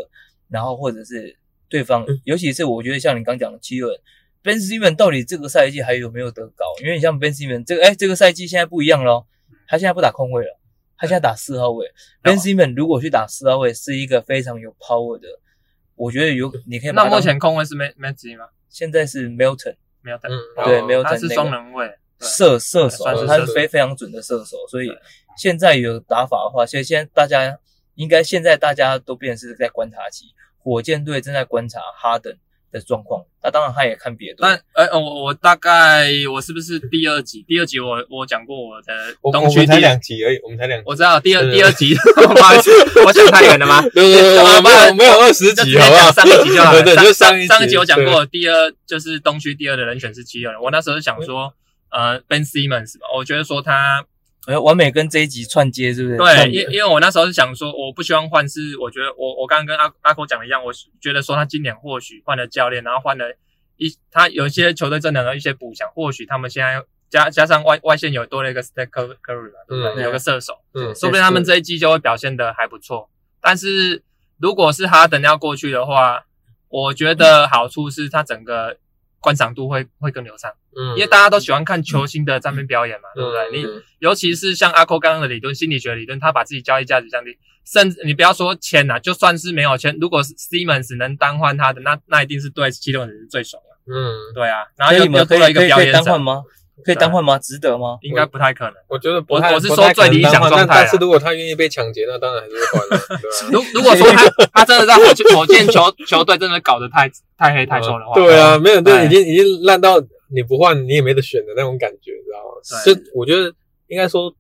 Speaker 3: 然后或者是对方，
Speaker 2: 嗯
Speaker 3: 尤其是我觉得像你刚讲的七六人。Ben Simmons 到底这个赛季还有没有得高？因为你像 Ben Simmons 这个，哎，这个赛季现在不一样咯，他现在不打控卫了，他现在打四号位。Ben
Speaker 2: 嗯
Speaker 3: Simmons 如果去打四号位，是一个非常有 power 的，我觉得有你可以把
Speaker 2: 那
Speaker 3: 他
Speaker 2: 目
Speaker 3: 当
Speaker 2: 前空位是没没机吗？
Speaker 3: 现在是 Milton
Speaker 2: 没有等
Speaker 1: 嗯，
Speaker 3: 对没有
Speaker 2: 他
Speaker 3: 等
Speaker 2: 是
Speaker 3: 那个
Speaker 2: 双人位，对
Speaker 3: 射射手
Speaker 2: 算
Speaker 1: 是，
Speaker 3: 他
Speaker 1: 射
Speaker 3: 是
Speaker 1: 手
Speaker 3: 非非常准的射手，所以
Speaker 2: 对
Speaker 3: 现在有打法的话，所以现在大家应该现在大家都变成是在观察期，火箭队正在观察哈登的状况，那当然他也看别的，
Speaker 2: 但呃，呃我我大概我是不是第二集？第二集我我讲过我的
Speaker 1: 我我
Speaker 2: 东区
Speaker 1: 们才
Speaker 2: 第，
Speaker 1: 两集而已，我们才两集。
Speaker 2: 我知道第二
Speaker 1: 对对
Speaker 2: 第二集， 不好意思，我讲太远了吗？
Speaker 1: 对对 对，我没有没有二十
Speaker 2: 就直
Speaker 1: 集，
Speaker 2: 接
Speaker 1: 好不好？
Speaker 2: 讲上一集就好 了。
Speaker 1: 对对，就
Speaker 2: 上
Speaker 1: 一
Speaker 2: 上
Speaker 1: 一
Speaker 2: 一集我讲过，第二就是东区第二的人选是七六人。我那时候想说，呃，Ben Simmons 吧，我觉得说他
Speaker 3: 哎完美跟这一集串接是不是？
Speaker 2: 对，
Speaker 3: 串
Speaker 2: 因
Speaker 3: 联
Speaker 2: 因为我那时候是想说，我不希望换是，我觉得我我刚刚跟阿阿口讲的一样，我觉得说他今年或许换了教练，然后换了一他有一些球队真的有一些补强，或许他们现在加加上外外线有多了一个 Steph Curry 嘛，对不对？
Speaker 1: 嗯
Speaker 2: 有个射手，
Speaker 1: 嗯
Speaker 2: 说不定他们这一季就会表现的还不错。但是如果是哈登要过去的话，我觉得好处是他整个观赏度会会更流畅，
Speaker 1: 嗯
Speaker 2: 因为大家都喜欢看球星的
Speaker 3: 嗯
Speaker 2: 站边表演嘛，对不对？你
Speaker 1: 嗯
Speaker 2: 尤其是像阿扣刚刚的理论，心理学理论，他把自己交易价值降低，甚至你不要说签呐、啊就算是没有签，如果是 Simmons 能单换他的，那那一定是对七六人是最爽的，
Speaker 1: 嗯，
Speaker 2: 对啊，然
Speaker 3: 所
Speaker 2: 后
Speaker 3: 以
Speaker 2: 又
Speaker 3: 你
Speaker 2: 又
Speaker 3: 们可
Speaker 2: 多
Speaker 3: 以
Speaker 2: 了一
Speaker 3: 可
Speaker 2: 个
Speaker 3: 以
Speaker 2: 表
Speaker 3: 可以
Speaker 2: 演
Speaker 3: 单换
Speaker 2: 者，
Speaker 3: 吗？可以单换吗？值得吗？
Speaker 2: 应该不太可能。
Speaker 1: 我觉得不
Speaker 2: 我
Speaker 1: 太，
Speaker 2: 我是
Speaker 1: 不
Speaker 2: 说
Speaker 1: 太可能
Speaker 2: 最理想
Speaker 1: 当换
Speaker 2: 状态啊啦
Speaker 1: 但是如果他愿意被抢劫，那当然还是会换 的。对啊
Speaker 2: 如如果说他 他真的在火箭火箭球球队真的搞得太太黑太瘦的话，嗯
Speaker 1: 对啊，没有，
Speaker 2: 对
Speaker 1: 这已经已经烂到
Speaker 2: 哎
Speaker 1: 你不换你也没得选的那种感觉，知道吗？
Speaker 2: 对
Speaker 1: 就我觉得应该说，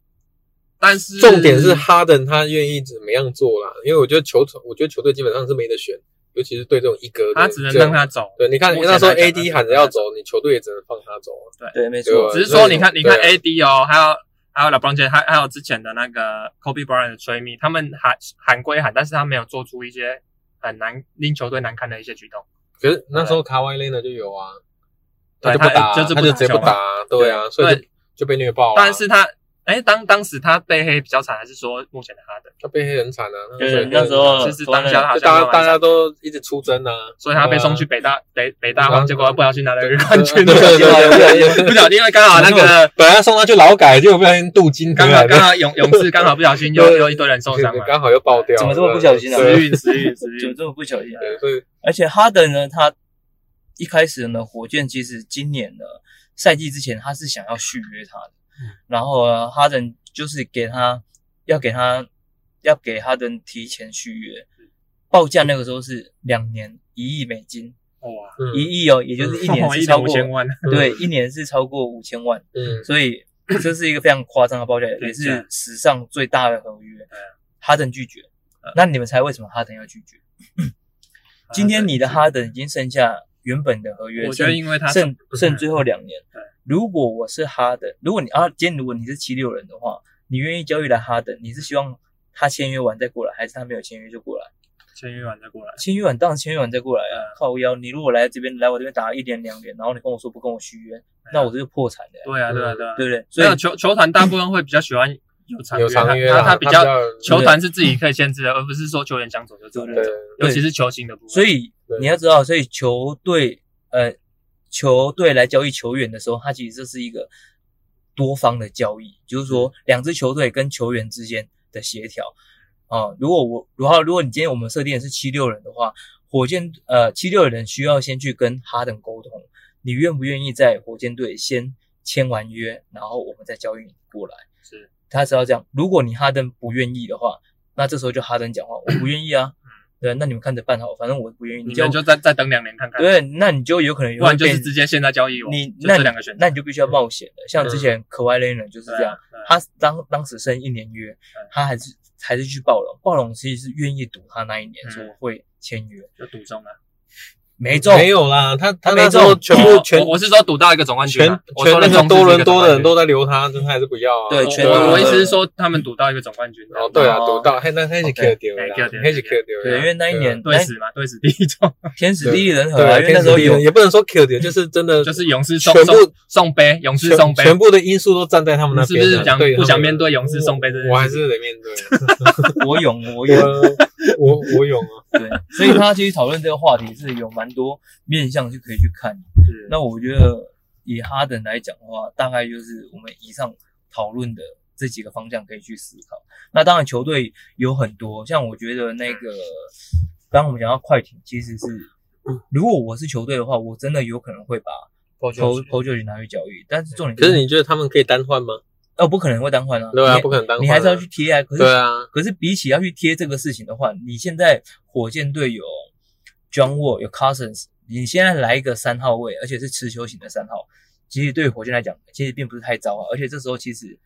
Speaker 2: 但是
Speaker 1: 重点是哈登他愿意怎么样做啦？因为我觉得球团，我觉得球队基本上是没得选，尤其是对这种一哥的，
Speaker 2: 他只能
Speaker 1: 这种
Speaker 2: 让他走。
Speaker 1: 对，你看
Speaker 2: 目前
Speaker 1: 那时候
Speaker 2: 来讲
Speaker 1: AD 喊着要走，你球队也只能放他走啊。
Speaker 3: 对，没
Speaker 1: 对
Speaker 3: 错
Speaker 1: 啊，
Speaker 2: 只是说，你看，
Speaker 1: 对
Speaker 2: 你看
Speaker 1: 对
Speaker 2: AD 哦，还有还有 LeBron James，还还有之前的那个 Kobe Bryant 的追命，他们喊喊归喊，但是他没有做出一些很难令球队难堪的一些举动。
Speaker 1: 可是那时候卡哇伊雷呢就有啊，
Speaker 2: 对
Speaker 1: 就不打，
Speaker 2: 他
Speaker 1: 他
Speaker 2: 就是不
Speaker 1: 就
Speaker 2: 打
Speaker 1: 直接不
Speaker 2: 球
Speaker 1: 打啊，对啊，所以就
Speaker 2: 对，
Speaker 1: 就被虐爆啊。
Speaker 2: 但是他，哎，当当时他被黑比较惨，还是说目前的哈登？
Speaker 1: 他被黑很惨啊，
Speaker 3: 就
Speaker 1: 被
Speaker 3: 是
Speaker 1: 黑
Speaker 3: 那
Speaker 1: 很
Speaker 3: 时候
Speaker 2: 其实当下他
Speaker 1: 就
Speaker 2: 好像
Speaker 1: 大
Speaker 2: 慢
Speaker 1: 家
Speaker 2: 慢
Speaker 1: 大家都一直出 征啊，
Speaker 2: 所以他被送去
Speaker 1: 对
Speaker 2: 北大北北大荒，
Speaker 1: 嗯
Speaker 2: 结果不小心拿了一个冠军。
Speaker 1: 对对对对对
Speaker 2: 不小心，因为刚好那个
Speaker 1: 啊本来送他去劳改，结果不小心镀金
Speaker 2: 刚
Speaker 1: 回
Speaker 2: 好
Speaker 1: 来，
Speaker 2: 刚好勇勇士刚好不小心又
Speaker 1: 啊对
Speaker 2: 又一堆人受伤了，
Speaker 1: 刚好又爆掉了，
Speaker 3: 怎么这么不小心啊
Speaker 2: 时
Speaker 1: 对
Speaker 2: 运时运时
Speaker 3: 怎么
Speaker 2: 运。
Speaker 3: 这么不小心啊？
Speaker 1: 对，所以
Speaker 3: 而且哈登呢，他一开始呢，火箭其实今年呢赛季之前他是想要续约他的，
Speaker 2: 嗯
Speaker 3: 然后呢，哈登就是给他要给他要给哈登提前续约，报价那个时候是两年一亿美金，
Speaker 2: 哇，
Speaker 1: 嗯
Speaker 3: 一亿哦，也就是一年是
Speaker 2: 一
Speaker 3: 超
Speaker 2: 点五
Speaker 3: 过
Speaker 2: 千万，
Speaker 3: 对，一年是超过五千万，
Speaker 1: 嗯，
Speaker 3: 所以 这是一个非常夸张的报价，
Speaker 2: 对
Speaker 3: 也
Speaker 2: 这
Speaker 3: 是
Speaker 2: 样
Speaker 3: 史上最大的合约。哈登拒绝
Speaker 2: 嗯，
Speaker 3: 那你们猜为什么哈登要拒绝？ 今天 你的哈登已经剩下原本的合约，
Speaker 2: 呃我觉得
Speaker 3: 剩
Speaker 2: 因为他
Speaker 3: 剩
Speaker 2: 是嗯
Speaker 3: 剩最后两年
Speaker 2: 对。
Speaker 3: 如果我是哈登，如果你啊，今天如果你是七六人的话，你愿意交易来哈登，你是希望他签约完再过来，还是他没有签约就过来？
Speaker 2: 签约完再过来，
Speaker 3: 签约完当然签约完再过来啊
Speaker 2: 嗯！
Speaker 3: 靠腰，你如果来这边来我这边打一年两年，然后你跟我说不跟我续约，那我这就破产的、
Speaker 2: 对啊对啊呃对啊。
Speaker 3: 对不对？所
Speaker 2: 所
Speaker 3: 以
Speaker 2: 以球球团大部分会比较喜欢有长
Speaker 1: 嗯有长约
Speaker 2: 他
Speaker 1: 啦，
Speaker 2: 他比较球
Speaker 1: 嗯
Speaker 3: 对
Speaker 2: 团是自己可以限制的，而不是说球员想走就走那
Speaker 1: 对
Speaker 2: 种，尤其是球星的部分。
Speaker 3: 所以
Speaker 1: 对
Speaker 3: 你要知道，所以球队呃，球队来交易球员的时候，它其实这是一个多方的交易，就是说两支球队跟球员之间的协调。啊、如果我，然后如果你今天我们设定的是七六人的话，火箭呃七六人需要先去跟哈登沟通，你愿不愿意在火箭队先签完约，然后我们再交易你过来。
Speaker 2: 是
Speaker 3: 他只要这样，如果你哈登不愿意的话，那这时候就哈登讲话，我不愿意啊，对，那你们看着办好，反正我不愿意，
Speaker 2: 嗯你
Speaker 3: 就
Speaker 2: 们就再再等两年看看，，
Speaker 3: 对，那你就有可能
Speaker 2: 不然就是
Speaker 3: 会被
Speaker 2: 直接现在交易我。
Speaker 3: 你
Speaker 2: 就
Speaker 3: 那
Speaker 2: 这
Speaker 3: 你
Speaker 2: 两个选择，
Speaker 3: 那你就必须要冒险的，像之
Speaker 1: 嗯
Speaker 3: 前可外 l e n 就是这
Speaker 2: 对
Speaker 3: 样
Speaker 2: 啊，嗯对啊
Speaker 3: 他当当时剩一年约，他还是还是去暴龙，暴龙其实是愿意赌他那一年
Speaker 2: 嗯
Speaker 3: 说会签约，
Speaker 2: 就赌中了。
Speaker 3: 没中，
Speaker 1: 没有啦，他
Speaker 3: 他
Speaker 1: 他
Speaker 3: 没
Speaker 1: 那时候
Speaker 3: 中
Speaker 1: 全部
Speaker 2: 哦
Speaker 1: 全
Speaker 2: 我我是说赌到一个总冠军
Speaker 1: 全
Speaker 2: 啊，我
Speaker 1: 全
Speaker 2: 说
Speaker 1: 那
Speaker 2: 的
Speaker 1: 个
Speaker 2: 中
Speaker 1: 多
Speaker 2: 是一
Speaker 1: 伦
Speaker 2: 个
Speaker 1: 多
Speaker 2: 总
Speaker 1: 的
Speaker 2: 冠
Speaker 1: 人
Speaker 2: 军
Speaker 1: 都在留他，但他还是不要啊。
Speaker 3: 对
Speaker 2: 我
Speaker 3: 全
Speaker 1: 都
Speaker 2: 我我
Speaker 1: 是
Speaker 2: 意思是说他们赌到一个总冠军，
Speaker 1: 哦，对啊，
Speaker 3: 哦
Speaker 1: 赌到，嘿，那那是
Speaker 3: OK
Speaker 1: 可丢
Speaker 2: 哎
Speaker 1: 啦，
Speaker 2: 丢丢
Speaker 1: 那是
Speaker 2: 丢
Speaker 1: 可丢啦。
Speaker 3: 对，因为那一年
Speaker 2: 对啊
Speaker 3: 那
Speaker 2: 死嘛，对死第一种，
Speaker 3: 天时地利人和
Speaker 1: 对
Speaker 3: 啊，
Speaker 1: 啊，
Speaker 3: 因为那时候
Speaker 1: 天时地
Speaker 3: 有
Speaker 1: 利也不能说 Q 点，就是真的
Speaker 2: 就是勇士送
Speaker 1: 全部
Speaker 2: 送送杯，勇士
Speaker 1: 全
Speaker 2: 送杯，
Speaker 1: 全部的因素都站在他们
Speaker 2: 你
Speaker 1: 那
Speaker 2: 是
Speaker 1: 边
Speaker 2: 不
Speaker 1: 啊，
Speaker 2: 是想
Speaker 1: 对
Speaker 2: 不
Speaker 1: 他
Speaker 2: 想
Speaker 1: 们
Speaker 2: 面对勇士送杯这件事？
Speaker 1: 我还是得面对啊，
Speaker 3: 我勇我勇，
Speaker 2: 啊
Speaker 1: 我我我勇啊，
Speaker 3: 对，所以他其实讨论这个话题是有蛮多面向就可以去看。
Speaker 2: 是
Speaker 3: 那我觉得以哈登来讲的话，大概就是我们以上讨论的这几个方向可以去思考。那当然，球队有很多，像我觉得那个，刚刚我们讲到快艇，其实是如果我是球队的话，我真的有可能会把
Speaker 2: 投
Speaker 3: 投投球权拿去交易，但是重点
Speaker 1: 可是你觉得他们可以单换吗？
Speaker 3: 哦，不可能会单换啊，
Speaker 1: 对啊，
Speaker 3: 你
Speaker 1: 不可能单换啊，
Speaker 3: 你还是要去贴啊。可是
Speaker 1: 对啊，
Speaker 3: 可是比起要去贴这个事情的话，你现在火箭队有 John Wall 有 Cousins，你现在来一个三号位，而且是持球型的三号，其实对于火箭来讲，其实并不是太糟啊。而且这时候其实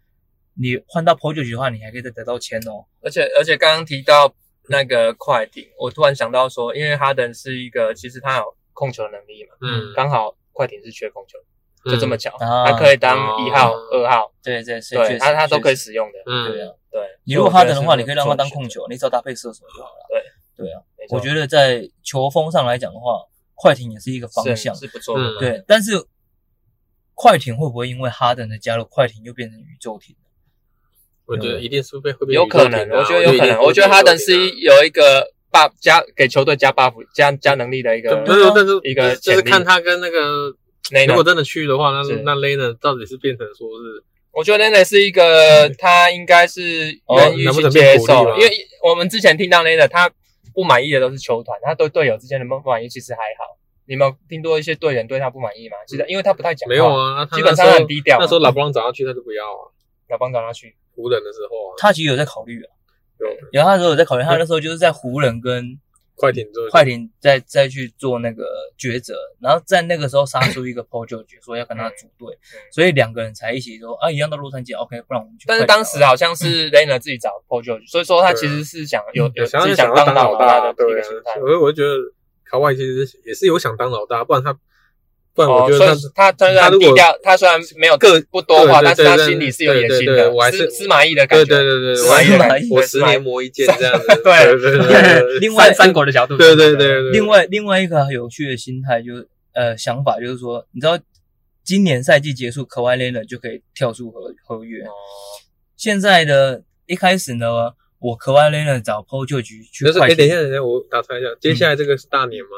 Speaker 3: 你换到 p o j o 的话，你还可以再得到签哦。
Speaker 4: 而且而且刚刚提到那个快艇，我突然想到说，因为哈登是一个其实他有控球能力嘛，
Speaker 1: 嗯，
Speaker 4: 刚好快艇是缺控球，
Speaker 2: 嗯
Speaker 4: 就这么巧，
Speaker 3: 啊
Speaker 4: 他可以当一号
Speaker 1: 哦、
Speaker 4: 二号，
Speaker 3: 对对，所
Speaker 4: 对，他他都可以。使用的，
Speaker 1: 嗯，
Speaker 3: 对啊，
Speaker 4: 对。
Speaker 3: 你如果哈登的
Speaker 4: 所
Speaker 3: 话，你
Speaker 4: 以我觉得是
Speaker 3: 可以让他当
Speaker 4: 不错
Speaker 3: 控
Speaker 4: 的选择，
Speaker 3: 球，你只要搭配射手就好了。
Speaker 4: 对
Speaker 3: 对啊，
Speaker 4: 没错
Speaker 3: 我觉得在球风上来讲的话，快艇也是一个方向。
Speaker 4: 是是不错的
Speaker 1: 嗯，
Speaker 3: 对，但是快艇会不会因为哈登的加入，快艇又变成宇宙艇？
Speaker 1: 我觉得一定是会被
Speaker 4: 有可能，
Speaker 1: 宇宙艇啊
Speaker 4: 我觉得有可能，我觉得哈登是一有一个 buff 加给球队加 buff 加加能力的一
Speaker 1: 对
Speaker 4: 个
Speaker 1: 但是但是
Speaker 4: 一个
Speaker 1: 就是
Speaker 4: 潜力
Speaker 1: 看他跟那个，
Speaker 4: 内
Speaker 1: 如
Speaker 4: 容
Speaker 1: 果。真的去的话，那
Speaker 4: 是哦
Speaker 1: 那 Lena 到底是变成说是
Speaker 4: 我觉得 Nene 是一个，他应该是愿意去接受，
Speaker 1: 嗯哦哦能不能被鼓励吗
Speaker 4: 因为我们之前听到 Nene 他不满意的都是球团，他对队友之间的不满意其实还好。你们有听多一些队员对他不满意吗？其实因为他不太讲话，
Speaker 1: 嗯没有啊？那
Speaker 4: 基本上
Speaker 1: 他那时候
Speaker 4: 很低调嘛
Speaker 1: 那时候老布朗找他去，他就不要啊，
Speaker 4: 老帮找他去，
Speaker 1: 湖人的时候啊，
Speaker 3: 他其实有在考虑啊，
Speaker 1: 有
Speaker 3: 有他那时候有在考虑，他那时候就是在湖人跟
Speaker 1: 快艇做
Speaker 3: 快艇再再去做那个抉择，然后在那个时候杀出一个 Paul George 说要跟他组队，所以两个人才一起说啊，一样到洛杉矶，OK，不然我们去快
Speaker 4: 但是
Speaker 3: 艇好了。
Speaker 4: 当时好像
Speaker 1: 嗯
Speaker 4: 是 Lena 自己找 Paul George，所以说他其实是想有有
Speaker 1: 想
Speaker 4: 自
Speaker 1: 要
Speaker 4: 己
Speaker 1: 啊嗯想
Speaker 4: 当
Speaker 1: 当
Speaker 4: 老
Speaker 1: 大，
Speaker 4: 的
Speaker 1: 对
Speaker 4: 一个
Speaker 1: 啊
Speaker 4: 心态，。
Speaker 1: 所以我就觉得卡哇伊其实是也是有想当老大，不然他，不然
Speaker 4: 哦，
Speaker 1: 我觉
Speaker 4: 所以
Speaker 1: 得
Speaker 4: 他虽
Speaker 1: 他
Speaker 4: 然
Speaker 1: 如果
Speaker 4: 低调，他虽然没有
Speaker 1: 个
Speaker 4: 不多话，
Speaker 1: 对
Speaker 4: 但
Speaker 1: 对
Speaker 4: 是他
Speaker 1: 对
Speaker 4: 心里是有野心
Speaker 1: 对对
Speaker 4: 的
Speaker 1: 对我还，是
Speaker 4: 司司马懿的
Speaker 1: 他，
Speaker 4: 感
Speaker 1: 对
Speaker 4: 觉，
Speaker 1: 对对
Speaker 4: 司
Speaker 1: 对，
Speaker 4: 马懿的
Speaker 3: 司马
Speaker 4: 感
Speaker 3: 懿
Speaker 4: 觉，
Speaker 1: 我
Speaker 4: 对
Speaker 1: 十
Speaker 4: 司马懿
Speaker 1: 年磨一剑这样子，对
Speaker 4: 对
Speaker 1: 对对对
Speaker 3: 另外
Speaker 2: 三三国的角度，
Speaker 1: 对对对
Speaker 3: 另外另外一个有趣的心态就是呃想法就是说，你知道今年赛季结束 k a w h i l e n a 就可以跳出合合约。
Speaker 1: 哦
Speaker 2: 哦
Speaker 3: 现在的一开始呢，我 k a w h i l e n a 找 Paul George 去
Speaker 1: 就是
Speaker 3: 快
Speaker 1: 哎，等一
Speaker 3: 艇，
Speaker 1: 下，等一下，我打断一下，接下来这个是大年吗？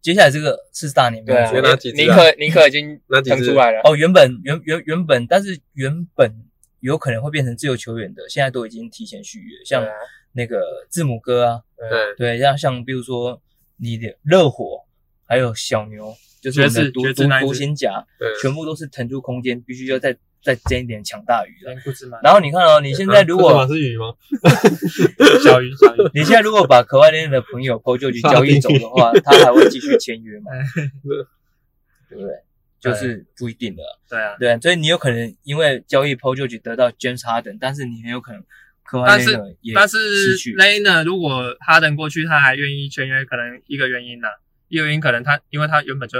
Speaker 3: 接下来这个是大年没
Speaker 4: 对啊
Speaker 3: 有
Speaker 1: 觉
Speaker 3: 错
Speaker 1: 得哪几只啊
Speaker 4: 尼克尼克已经
Speaker 1: 哪几只
Speaker 4: 腾出来了，
Speaker 3: 哦，原本原原原本，但是原本有可能会变成自由球员的，现在都已经提前续约，像
Speaker 4: 对啊
Speaker 3: 那个字母哥啊，
Speaker 1: 对，
Speaker 3: 对，像像比如说你的热火，还有小牛，就是我们
Speaker 2: 爵士
Speaker 3: 的独
Speaker 2: 爵士
Speaker 3: 独
Speaker 2: 那一支
Speaker 3: 独行侠，
Speaker 1: 对
Speaker 3: 全部都是腾出空间，必须要再再争一点抢大鱼了。
Speaker 2: 连不知嘛，
Speaker 3: 然后你看哦，你现在如果、
Speaker 2: 嗯
Speaker 1: 是鱼吗？
Speaker 2: 小鱼小 鱼，
Speaker 3: 你现在如果把可外链的朋友 PO 就去交易走的 话，他还会继续签约吗？对不对？就是不一定的。
Speaker 2: 对啊，
Speaker 3: 对，所以你有可能因为交易 Paul George 得到 James Harden，但是你很有可能科怀
Speaker 2: 但是
Speaker 3: 内也
Speaker 2: 但是
Speaker 3: 失去
Speaker 2: l e n a 如果哈登过去，他还愿意签约，可能一个原因呐、一个原因可能他因为他原本就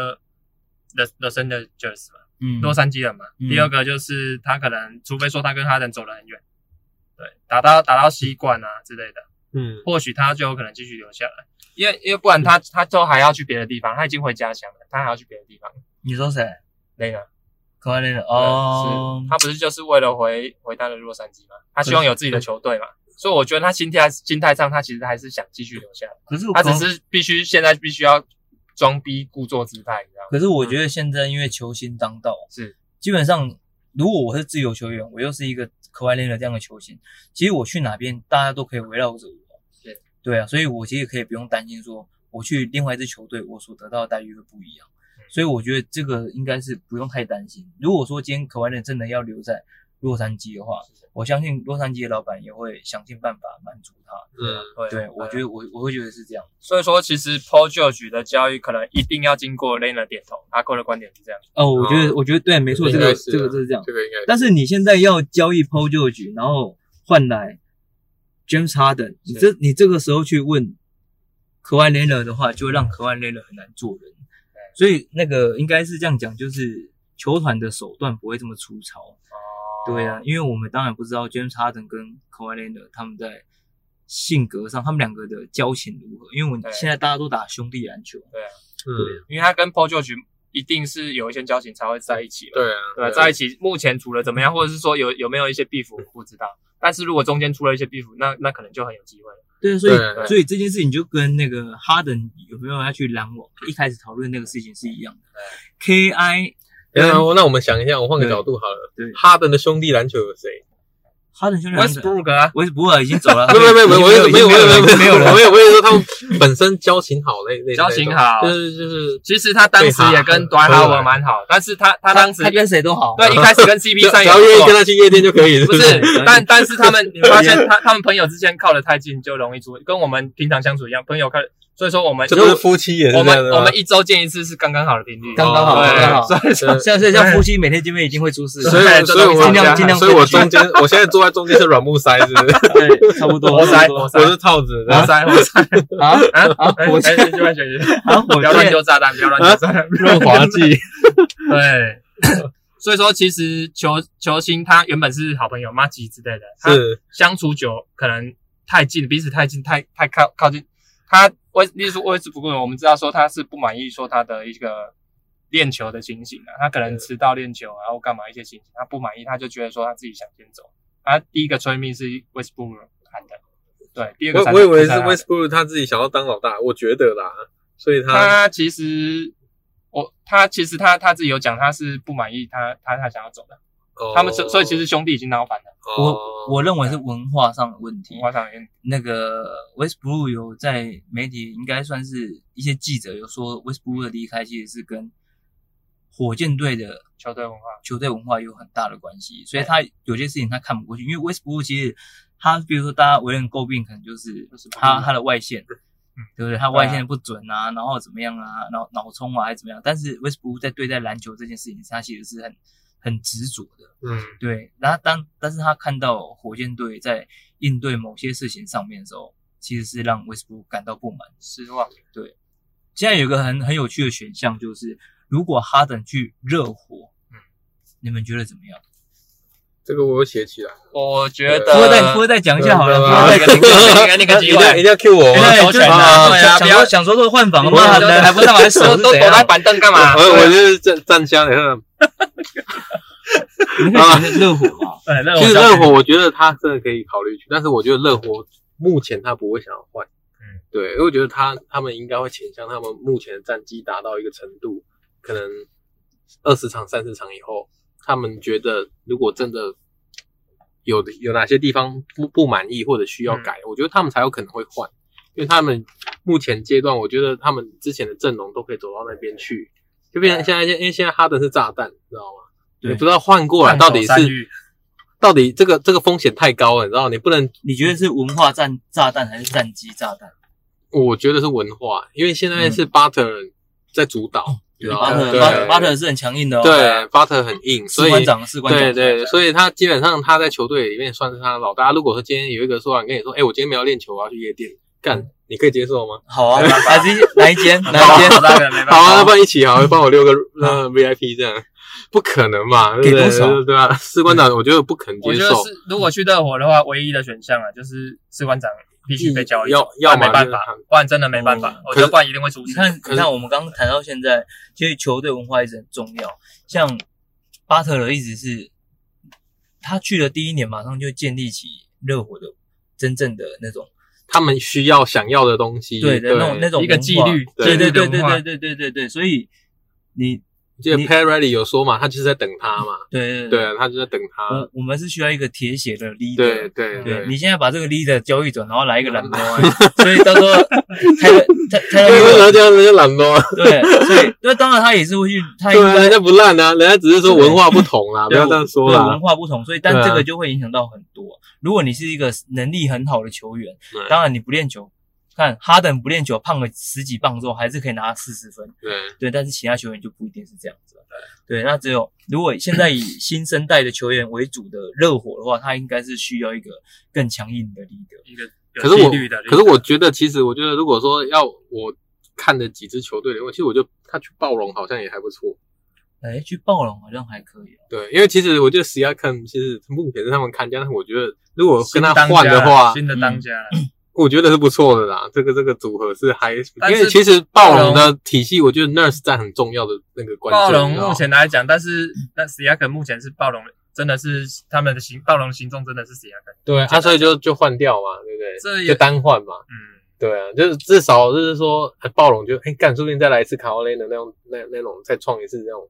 Speaker 2: Los Los Angeles 嘛，
Speaker 3: 嗯
Speaker 2: 洛杉矶人嘛。
Speaker 3: 嗯
Speaker 2: 第二个就是他可能，除非说他跟哈登走得很远，对，打到打到西冠啊之类的，
Speaker 1: 嗯，
Speaker 2: 或许他就有可能继续留下来，因为因为不然他他都还要去别的地方，他已经回家乡了，他还要去别的地方。
Speaker 3: 你说谁？
Speaker 2: l e n a
Speaker 3: 科怀内哦
Speaker 2: 是，他不是就是为了回回他的洛杉矶嘛，他希望有自己的球队嘛，所以我觉得他心态心态上，他其实还是想继续留下来。
Speaker 3: 可是我
Speaker 2: 他只是必须现在必须要装逼故作姿态，你知道吗？
Speaker 3: 可是我觉得现在因为球星当道，
Speaker 2: 是
Speaker 3: 基本上如果我是自由球员，我又是一个科怀内的这样的球星，其实我去哪边大家都可以围绕着我。
Speaker 2: 对
Speaker 3: 对啊，所以我其实可以不用担心说我去另外一支球队，我所得到的待遇会不一样。
Speaker 1: 嗯
Speaker 3: 所以我觉得这个应该是不用太担心。如果说今天可怀内真的要留在洛杉矶的话，我相信洛杉矶的老板也会想尽办法满足他。
Speaker 1: 嗯，
Speaker 3: 对，我觉
Speaker 2: 得，
Speaker 3: 得我我会觉得是这样。
Speaker 2: 啊所以说其实 Paul George 的交易可能一定要经过 Lena 点头，阿寇的观点是这样，
Speaker 3: 哦，我觉得
Speaker 1: 嗯
Speaker 3: 我觉得对，没错，
Speaker 1: 应
Speaker 3: 这
Speaker 1: 该
Speaker 3: 个
Speaker 1: 是
Speaker 3: 这个
Speaker 1: 啊
Speaker 3: 就是这样。
Speaker 1: 这个应该
Speaker 3: 但是你现在要交易 Paul George，然后换来 James Harden，你这你这个时候去问 k a w h i l e n a 的话，就会让 k a w h i l e n a 很难做人。所以那个应该是这样讲，就是球团的手段不会这么粗糙。对
Speaker 2: 哦
Speaker 3: 啊，因为我们当然不知道 James Harden 跟 k a w h i l e n a 他们在性格上，他们两个的交情如何？因为我们
Speaker 2: 对
Speaker 3: 现在大家都打兄弟篮球，
Speaker 1: 嗯，
Speaker 2: 因为他跟 Paul George 一定是有一些交情才会在一起嘛，
Speaker 1: 对啊，
Speaker 2: 对吧，在一起目前处了怎么样，或者是说有有没有一些 beef 我不知道，但是如果中间出了一些 beef，那那可能就很有机会了。
Speaker 3: 对，所以
Speaker 1: 对
Speaker 3: 所以这件事情就跟那个哈登有没有要去拦网一开始讨论那个事情是一样的。K I
Speaker 1: 然后那我们想一下，我换个角度好了。
Speaker 3: 对
Speaker 1: 哈登的兄弟篮球有谁？
Speaker 3: 哈登
Speaker 1: 嗯
Speaker 3: 兄弟
Speaker 2: Westbrook 啊，
Speaker 3: 维斯布尔已经走 了，
Speaker 1: 没有没有没有，我
Speaker 3: 已
Speaker 1: 有
Speaker 3: 经
Speaker 1: 没有没有没有没
Speaker 3: 没有
Speaker 1: 有
Speaker 3: 了。
Speaker 1: 没有，我跟你说他们本身交情好类类
Speaker 2: 交情好
Speaker 1: 就是就是
Speaker 2: 其实他当时也跟
Speaker 1: 对哈
Speaker 2: Dwight Howard 蛮好，但是他他当时
Speaker 3: 他跟谁都好，，
Speaker 2: 对一开 始跟 CP 三
Speaker 1: 只
Speaker 2: 也
Speaker 1: 要
Speaker 2: 不
Speaker 1: 愿意
Speaker 2: 错
Speaker 1: 跟他去夜店就可以，
Speaker 2: 不
Speaker 1: 不
Speaker 2: 是但但是他们，你发现他他们朋友之间靠得太近就容易出，跟我们平常相处一样，朋友靠，所以说我们
Speaker 1: 这不是
Speaker 2: 如果
Speaker 1: 夫妻也是
Speaker 2: 我
Speaker 1: 这样
Speaker 2: 们
Speaker 1: 的
Speaker 2: 我
Speaker 1: 吗
Speaker 2: 们？一周见一次是刚刚好的频率，
Speaker 3: 刚刚好，
Speaker 1: 哦
Speaker 3: 刚刚好。
Speaker 2: 对，所以说
Speaker 3: 像所以像夫妻每天见面一定会出事， 哎
Speaker 1: 所以我
Speaker 2: 对
Speaker 1: 所以我
Speaker 3: 尽量尽量
Speaker 1: 所以我
Speaker 3: 争
Speaker 1: 中间我现在坐在中间是软木塞，是不 是？
Speaker 3: 对，差不多。
Speaker 2: 活塞
Speaker 3: 差不多
Speaker 2: 活塞
Speaker 1: 我是套子，
Speaker 2: 活塞活塞
Speaker 3: 啊
Speaker 2: 啊
Speaker 3: 啊，
Speaker 2: 哎
Speaker 3: 我
Speaker 2: 哎哎就会选择
Speaker 3: 啊，我
Speaker 2: 不要乱丢炸弹，不要乱丢炸弹，
Speaker 1: 啊润滑剂。
Speaker 2: 对。所以说，其实球球星他原本是好朋友，妈吉之类的，他
Speaker 1: 是
Speaker 2: 相处久，可能太近，彼此太近，太太靠靠近。他威，例如威斯布鲁克，我们知道说他是不满意说他的一个练球的情形啊，他可能迟到练球啊，然后干嘛一些情形，他不满意，他就觉得说他自己想先走。他第一个催命是威斯布鲁克喊的，对，第二个
Speaker 1: 我
Speaker 2: 才
Speaker 1: 我以为是
Speaker 2: 才喊的
Speaker 1: Westbrook 他自己想要当老大，我觉得啦，所以他
Speaker 2: 他其实我他其实他他自己有讲，他是不满意他他他想要走的，
Speaker 1: 哦
Speaker 2: 他们所所以其实兄弟已经闹翻了，
Speaker 1: 哦
Speaker 3: 我我认为是文化上的问题
Speaker 2: 我。想也
Speaker 3: 那个 Westbrook 有在媒体应该算是一些记者有说 Westbrook 的离开其实是跟火箭队的
Speaker 2: 球队文化。
Speaker 3: 球队文化有很大的关系，所以他有些事情他看不过去。因为 Westbrook 其实他比如说大家为人诟病可能就是
Speaker 2: 就是不
Speaker 3: 他
Speaker 2: 利
Speaker 3: 他的外线，对不对？他外线不准啊，然后怎么样啊，脑脑冲啊，还是怎么样？但是 Westbrook 在对待篮球这件事情，他其实是很很执着的。
Speaker 2: 嗯，
Speaker 3: 对，然后当但是他看到火箭队在应对某些事情上面的时候，其实是让 Westbrook 感到不满。
Speaker 4: 失望。
Speaker 3: 现在有个很很有趣的选项，就是如果哈登去热火，
Speaker 2: 嗯
Speaker 3: 你们觉得怎么样？
Speaker 1: 这个我有写起来，
Speaker 4: 我觉
Speaker 1: 呃
Speaker 4: 得
Speaker 3: 不过再不过再讲一下 好了，
Speaker 1: 对
Speaker 3: 不
Speaker 1: 吧
Speaker 3: 过
Speaker 4: 那
Speaker 3: 再
Speaker 4: 个那个那个
Speaker 1: 一
Speaker 4: 机
Speaker 1: 定要一
Speaker 4: 会
Speaker 1: 定，要 cue 呃我吗？
Speaker 3: 对，
Speaker 4: 手
Speaker 3: 就是
Speaker 4: 选啊
Speaker 3: 啊对啊，
Speaker 4: 对啊不
Speaker 3: 想
Speaker 4: 要
Speaker 3: 说想说都换防
Speaker 4: 不要
Speaker 3: 嘛，还不让我来手
Speaker 4: 都
Speaker 2: 啊
Speaker 3: 是啊
Speaker 4: 都
Speaker 3: 怎
Speaker 4: 躲在
Speaker 3: 样？
Speaker 4: 板凳干嘛？
Speaker 1: 我我就是站站香的。
Speaker 3: 你们可以讲一下热火嘛？
Speaker 2: 对，哎那
Speaker 1: 其实热火，我觉得他真的可以考虑去，但是我觉得热火目前他不会想要换。
Speaker 2: 嗯，
Speaker 1: 对，因为我觉得他他们应该会倾向他们目前的战绩达到一个程度，可能二十场、三十场以后，他们觉得如果真的有有哪些地方不不满意或者需要改，我觉得他们才有可能会换，因为他们目前阶段，我觉得他们之前的阵容都可以走到那边去，就变成现在，因为现在哈登是炸弹，你知道吗？
Speaker 3: 对
Speaker 1: 也不知道换过来到底是到底这个这个风险太高了，你知道？你不能，
Speaker 3: 你觉得是文化战炸弹还是战机炸弹？
Speaker 1: 我觉得是文化，因为现在
Speaker 3: 嗯
Speaker 1: 是巴特在主导，你知道
Speaker 3: 巴
Speaker 1: 吗？
Speaker 3: 特
Speaker 1: 啊对
Speaker 3: 嗯巴巴特是很强硬的哦，
Speaker 1: 对巴特很硬，所
Speaker 3: 士
Speaker 1: 以
Speaker 3: 官长士官长，
Speaker 1: 对对，所以他基本上他在球队里面算是他的老大。如果说今天有一个说完跟你说，哎，我今天没有练球，我要去夜店
Speaker 3: 嗯
Speaker 1: 干，你可以接受吗？
Speaker 3: 好啊， 还是哪一间哪一间？
Speaker 2: 那个没办
Speaker 1: 好啊，那
Speaker 2: 法，
Speaker 1: 帮一起好了，帮我六个呃 VIP 这样，不可能嘛？对不
Speaker 3: 啊给
Speaker 1: 对
Speaker 3: 多少嗯
Speaker 1: 对吧？士官长我觉得不肯
Speaker 2: 我
Speaker 1: 接
Speaker 2: 觉得
Speaker 1: 受，
Speaker 2: 是如果去热火的话，唯一的选项啊，就是士官长必须被交易，
Speaker 1: 嗯要要么
Speaker 2: 没办法
Speaker 1: 就是他，
Speaker 2: 不然真的没办法
Speaker 3: 嗯，
Speaker 2: 我
Speaker 1: 可
Speaker 2: 觉得
Speaker 1: 是
Speaker 2: 不然一定会出
Speaker 3: 你
Speaker 2: 事。
Speaker 3: 看，
Speaker 1: 可是
Speaker 3: 你看，我们刚刚谈到现在，其实球队文化一直很重要。像巴特勒一直是他去了第一年，马上就建立起热火的真正的那种
Speaker 1: 他们需要想要的东西，
Speaker 3: 对的那种那种
Speaker 2: 一个
Speaker 3: 文化
Speaker 2: 纪律
Speaker 3: 对对
Speaker 2: 纪
Speaker 3: 对
Speaker 2: 律的
Speaker 3: 对
Speaker 2: 文化
Speaker 3: 对对对对对，所以你
Speaker 1: 记得
Speaker 3: 你嗯
Speaker 1: p a r r y 有说嘛，他就是在等他嘛，
Speaker 3: 对
Speaker 1: 对，啊，他就在等他
Speaker 3: 我，我们是需要一个铁血的 leader
Speaker 1: 对。对
Speaker 3: 嗯对你现在把这个 leader 交易走，然后来一个蓝猫， 所以到时候泰勒泰泰
Speaker 1: 对，为什
Speaker 3: 勒
Speaker 1: 么这样子就懒惰？啊
Speaker 3: 对，所以那当然他也是会去，他应
Speaker 1: 对啊，
Speaker 3: 该
Speaker 1: 人家不烂啊，人家只是说文化不同 啦，不
Speaker 3: 对
Speaker 1: 要这样说
Speaker 3: 对
Speaker 1: 啦
Speaker 3: 文。化不同，所以但
Speaker 1: 对啊
Speaker 3: 这个就会影响到很多。如果你是一个能力很好的球员，
Speaker 1: 对
Speaker 3: 当然你不练球，看哈登不练球，胖了十几磅之后还是可以拿四十分，
Speaker 1: 对，
Speaker 3: 对。但是其他球员就不一定是这样子了，对。那只有如果现在以新生代的球员为主的热火的话，他应该是需要一个更强硬的 leader。
Speaker 2: 一个
Speaker 1: 可
Speaker 2: 有
Speaker 1: 是
Speaker 2: 纪
Speaker 1: 我
Speaker 2: 律的，，
Speaker 1: 可是我觉得其实我觉得如果说要我看的几支球队里面，其实我觉得他去暴龙好像也还不错。
Speaker 3: 哎，去暴龙好像还可以、哦，
Speaker 1: 对，因为其实我觉得史亚看，其实目前是他们看家，但是我觉得如果
Speaker 2: 新
Speaker 1: 跟他
Speaker 2: 当
Speaker 1: 换的
Speaker 2: 家
Speaker 1: 话，嗯
Speaker 2: 新的当家，
Speaker 1: 我觉得是不错的啦。这个这个组合是还，
Speaker 2: 但
Speaker 1: 因
Speaker 2: 是
Speaker 1: 为其实暴龙
Speaker 2: 暴
Speaker 1: 的体系，我觉得 Nurse 占很重要的那个关键。哦
Speaker 2: 暴龙
Speaker 1: 你知道吗
Speaker 2: 目前来讲，但 是那史亚肯目前是暴龙，真的是他们的行暴龙行动真的是史亚肯，
Speaker 1: 对啊，所以就就换掉嘛，对不对？
Speaker 2: 这
Speaker 1: 就
Speaker 2: 也
Speaker 1: 单换嘛，
Speaker 2: 嗯，
Speaker 1: 对啊，就是至少就是说，哎暴龙就哎干，说不定再来一次卡奥雷的那种那那种再创一次那种。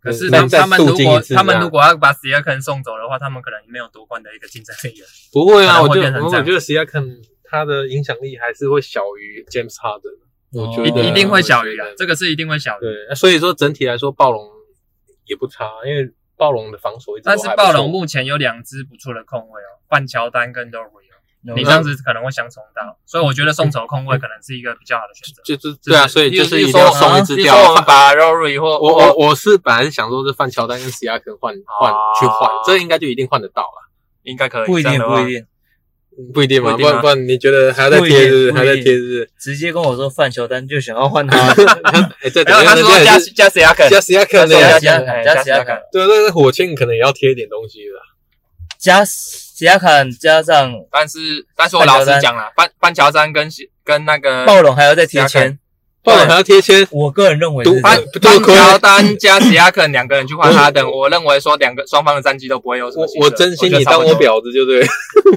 Speaker 2: 可是
Speaker 1: 再
Speaker 2: 他他们
Speaker 1: 再
Speaker 2: 如
Speaker 1: 镀金
Speaker 2: 果
Speaker 1: 一次
Speaker 2: 他们
Speaker 1: 这样
Speaker 2: 如果要把史亚肯送走的话，他们可能没有夺冠的一个竞争力了。
Speaker 1: 不会
Speaker 2: 可
Speaker 1: 啊，
Speaker 2: 能
Speaker 1: 我
Speaker 2: 会
Speaker 1: 觉
Speaker 2: 变
Speaker 1: 得
Speaker 2: 成
Speaker 1: 我
Speaker 2: 这样
Speaker 1: 觉得史亚肯他的影响力还是会小于 James Harden，我觉
Speaker 3: 一
Speaker 1: 得
Speaker 2: 哦一定会小于
Speaker 1: 我
Speaker 2: 啊
Speaker 1: 觉得，
Speaker 2: 这个是一定会小于。
Speaker 1: 对，所以说整体来说暴龙也不差，因为暴龙的防守一直都
Speaker 2: 但是
Speaker 1: 还不错
Speaker 2: 暴龙目前有两支不错的控卫哦，范乔丹跟 d o r
Speaker 1: 嗯
Speaker 2: y 哦，你这
Speaker 1: 像
Speaker 2: 样子可能会相冲到，所以我觉得送走控卫可能是一个比较好的选择。
Speaker 1: 就是对啊，所以就是一定要
Speaker 3: 例如
Speaker 1: 送一只
Speaker 2: 啊
Speaker 4: 比如
Speaker 1: 掉啊
Speaker 4: 说。啊我们把 Rory 或
Speaker 1: 我我我是本来是想说是范乔丹跟史亚肯换
Speaker 4: 啊
Speaker 1: 换去换，这应该就一定换得到了，
Speaker 4: 应该可以，
Speaker 3: 不一
Speaker 4: 这
Speaker 3: 定
Speaker 4: 样的
Speaker 3: 不
Speaker 4: 话
Speaker 3: 一定，
Speaker 1: 不一定嘛？
Speaker 4: 不一
Speaker 1: 不
Speaker 4: 定啊
Speaker 1: 然不然你觉得还要再
Speaker 3: 不一定
Speaker 1: 贴日，
Speaker 3: 不一
Speaker 1: 还在
Speaker 3: 定
Speaker 1: 贴日？
Speaker 3: 直接跟我说范乔丹就想要换 他，
Speaker 1: 哎，再
Speaker 4: 没
Speaker 1: 等
Speaker 4: 有，
Speaker 1: 一
Speaker 4: 他
Speaker 1: 下人
Speaker 4: 说
Speaker 1: 家
Speaker 4: 加
Speaker 1: 也是
Speaker 4: 加谁亚肯，
Speaker 1: 加斯亚克
Speaker 4: 加
Speaker 1: 的
Speaker 4: 谁亚
Speaker 1: 呀
Speaker 3: 加，
Speaker 4: 肯，
Speaker 3: 加
Speaker 4: 加
Speaker 3: 谁
Speaker 4: 谁
Speaker 3: 亚
Speaker 4: 亚
Speaker 3: 肯
Speaker 4: 肯，
Speaker 1: 对，但是火箭可能也要贴一点东西了。
Speaker 3: 加西亚坎加上
Speaker 4: 但是但是我老实讲啦，班班乔丹跟跟那个
Speaker 3: 暴龙还要再贴
Speaker 4: 加坎
Speaker 3: 签，
Speaker 1: 不然还要贴签，
Speaker 3: 我个人认为
Speaker 1: 独
Speaker 3: 是这
Speaker 4: 班
Speaker 3: 样
Speaker 1: 杜
Speaker 4: 班
Speaker 1: 克
Speaker 4: 乔丹加史亚肯两个人去换哈登，我认为说两个双方的战绩都不会有什
Speaker 1: 我
Speaker 4: 么起色。
Speaker 1: 我真心
Speaker 4: 觉得
Speaker 1: 你
Speaker 4: 差
Speaker 1: 当
Speaker 4: 不
Speaker 1: 我
Speaker 4: 多，
Speaker 1: 婊子就对，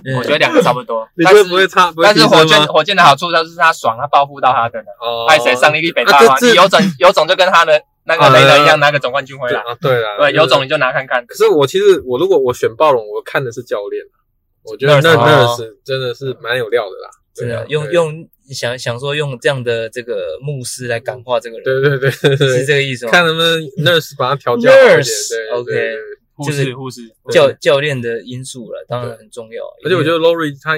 Speaker 3: 嗯
Speaker 4: 我觉得两个差不多
Speaker 1: 。你
Speaker 4: 但
Speaker 1: 觉
Speaker 4: 是
Speaker 1: 得不会差，不会
Speaker 4: 但
Speaker 1: 提
Speaker 4: 是
Speaker 1: 升
Speaker 4: 火箭
Speaker 1: 吗
Speaker 4: 火箭的好处就是他爽，他报复到哈登了，
Speaker 1: 哦
Speaker 4: 爱谁上力力北大
Speaker 1: 啊
Speaker 4: 嘛，
Speaker 1: 这这
Speaker 4: 你有种有种就跟他的那个
Speaker 1: 啊
Speaker 4: 雷人一样拿个总冠军回
Speaker 1: 对
Speaker 4: 来，
Speaker 1: 啊，对啦，
Speaker 4: 对，有种
Speaker 1: 就是。
Speaker 4: 你就拿看看。
Speaker 1: 可是我其实我如果我选暴龙，我看的是教练，啊我觉得
Speaker 4: Nurse
Speaker 1: 那那
Speaker 4: 哦
Speaker 1: 是真的是蛮有料的啦，
Speaker 3: 真
Speaker 1: 对啊
Speaker 3: 的用
Speaker 1: 对
Speaker 3: 用想想说用这样的这个牧师来感化这个人，
Speaker 1: 对对对对
Speaker 3: 是
Speaker 1: 对
Speaker 3: 这个意思吗？
Speaker 1: 看能不能 nurse 把它调教好一点，
Speaker 3: 哦 Nurse，
Speaker 1: 对
Speaker 3: OK
Speaker 1: 对对对
Speaker 4: 护
Speaker 3: 就是
Speaker 4: 护士，
Speaker 3: 教教练的因素了，当然很重要。
Speaker 1: 而且我觉得 Lori 他，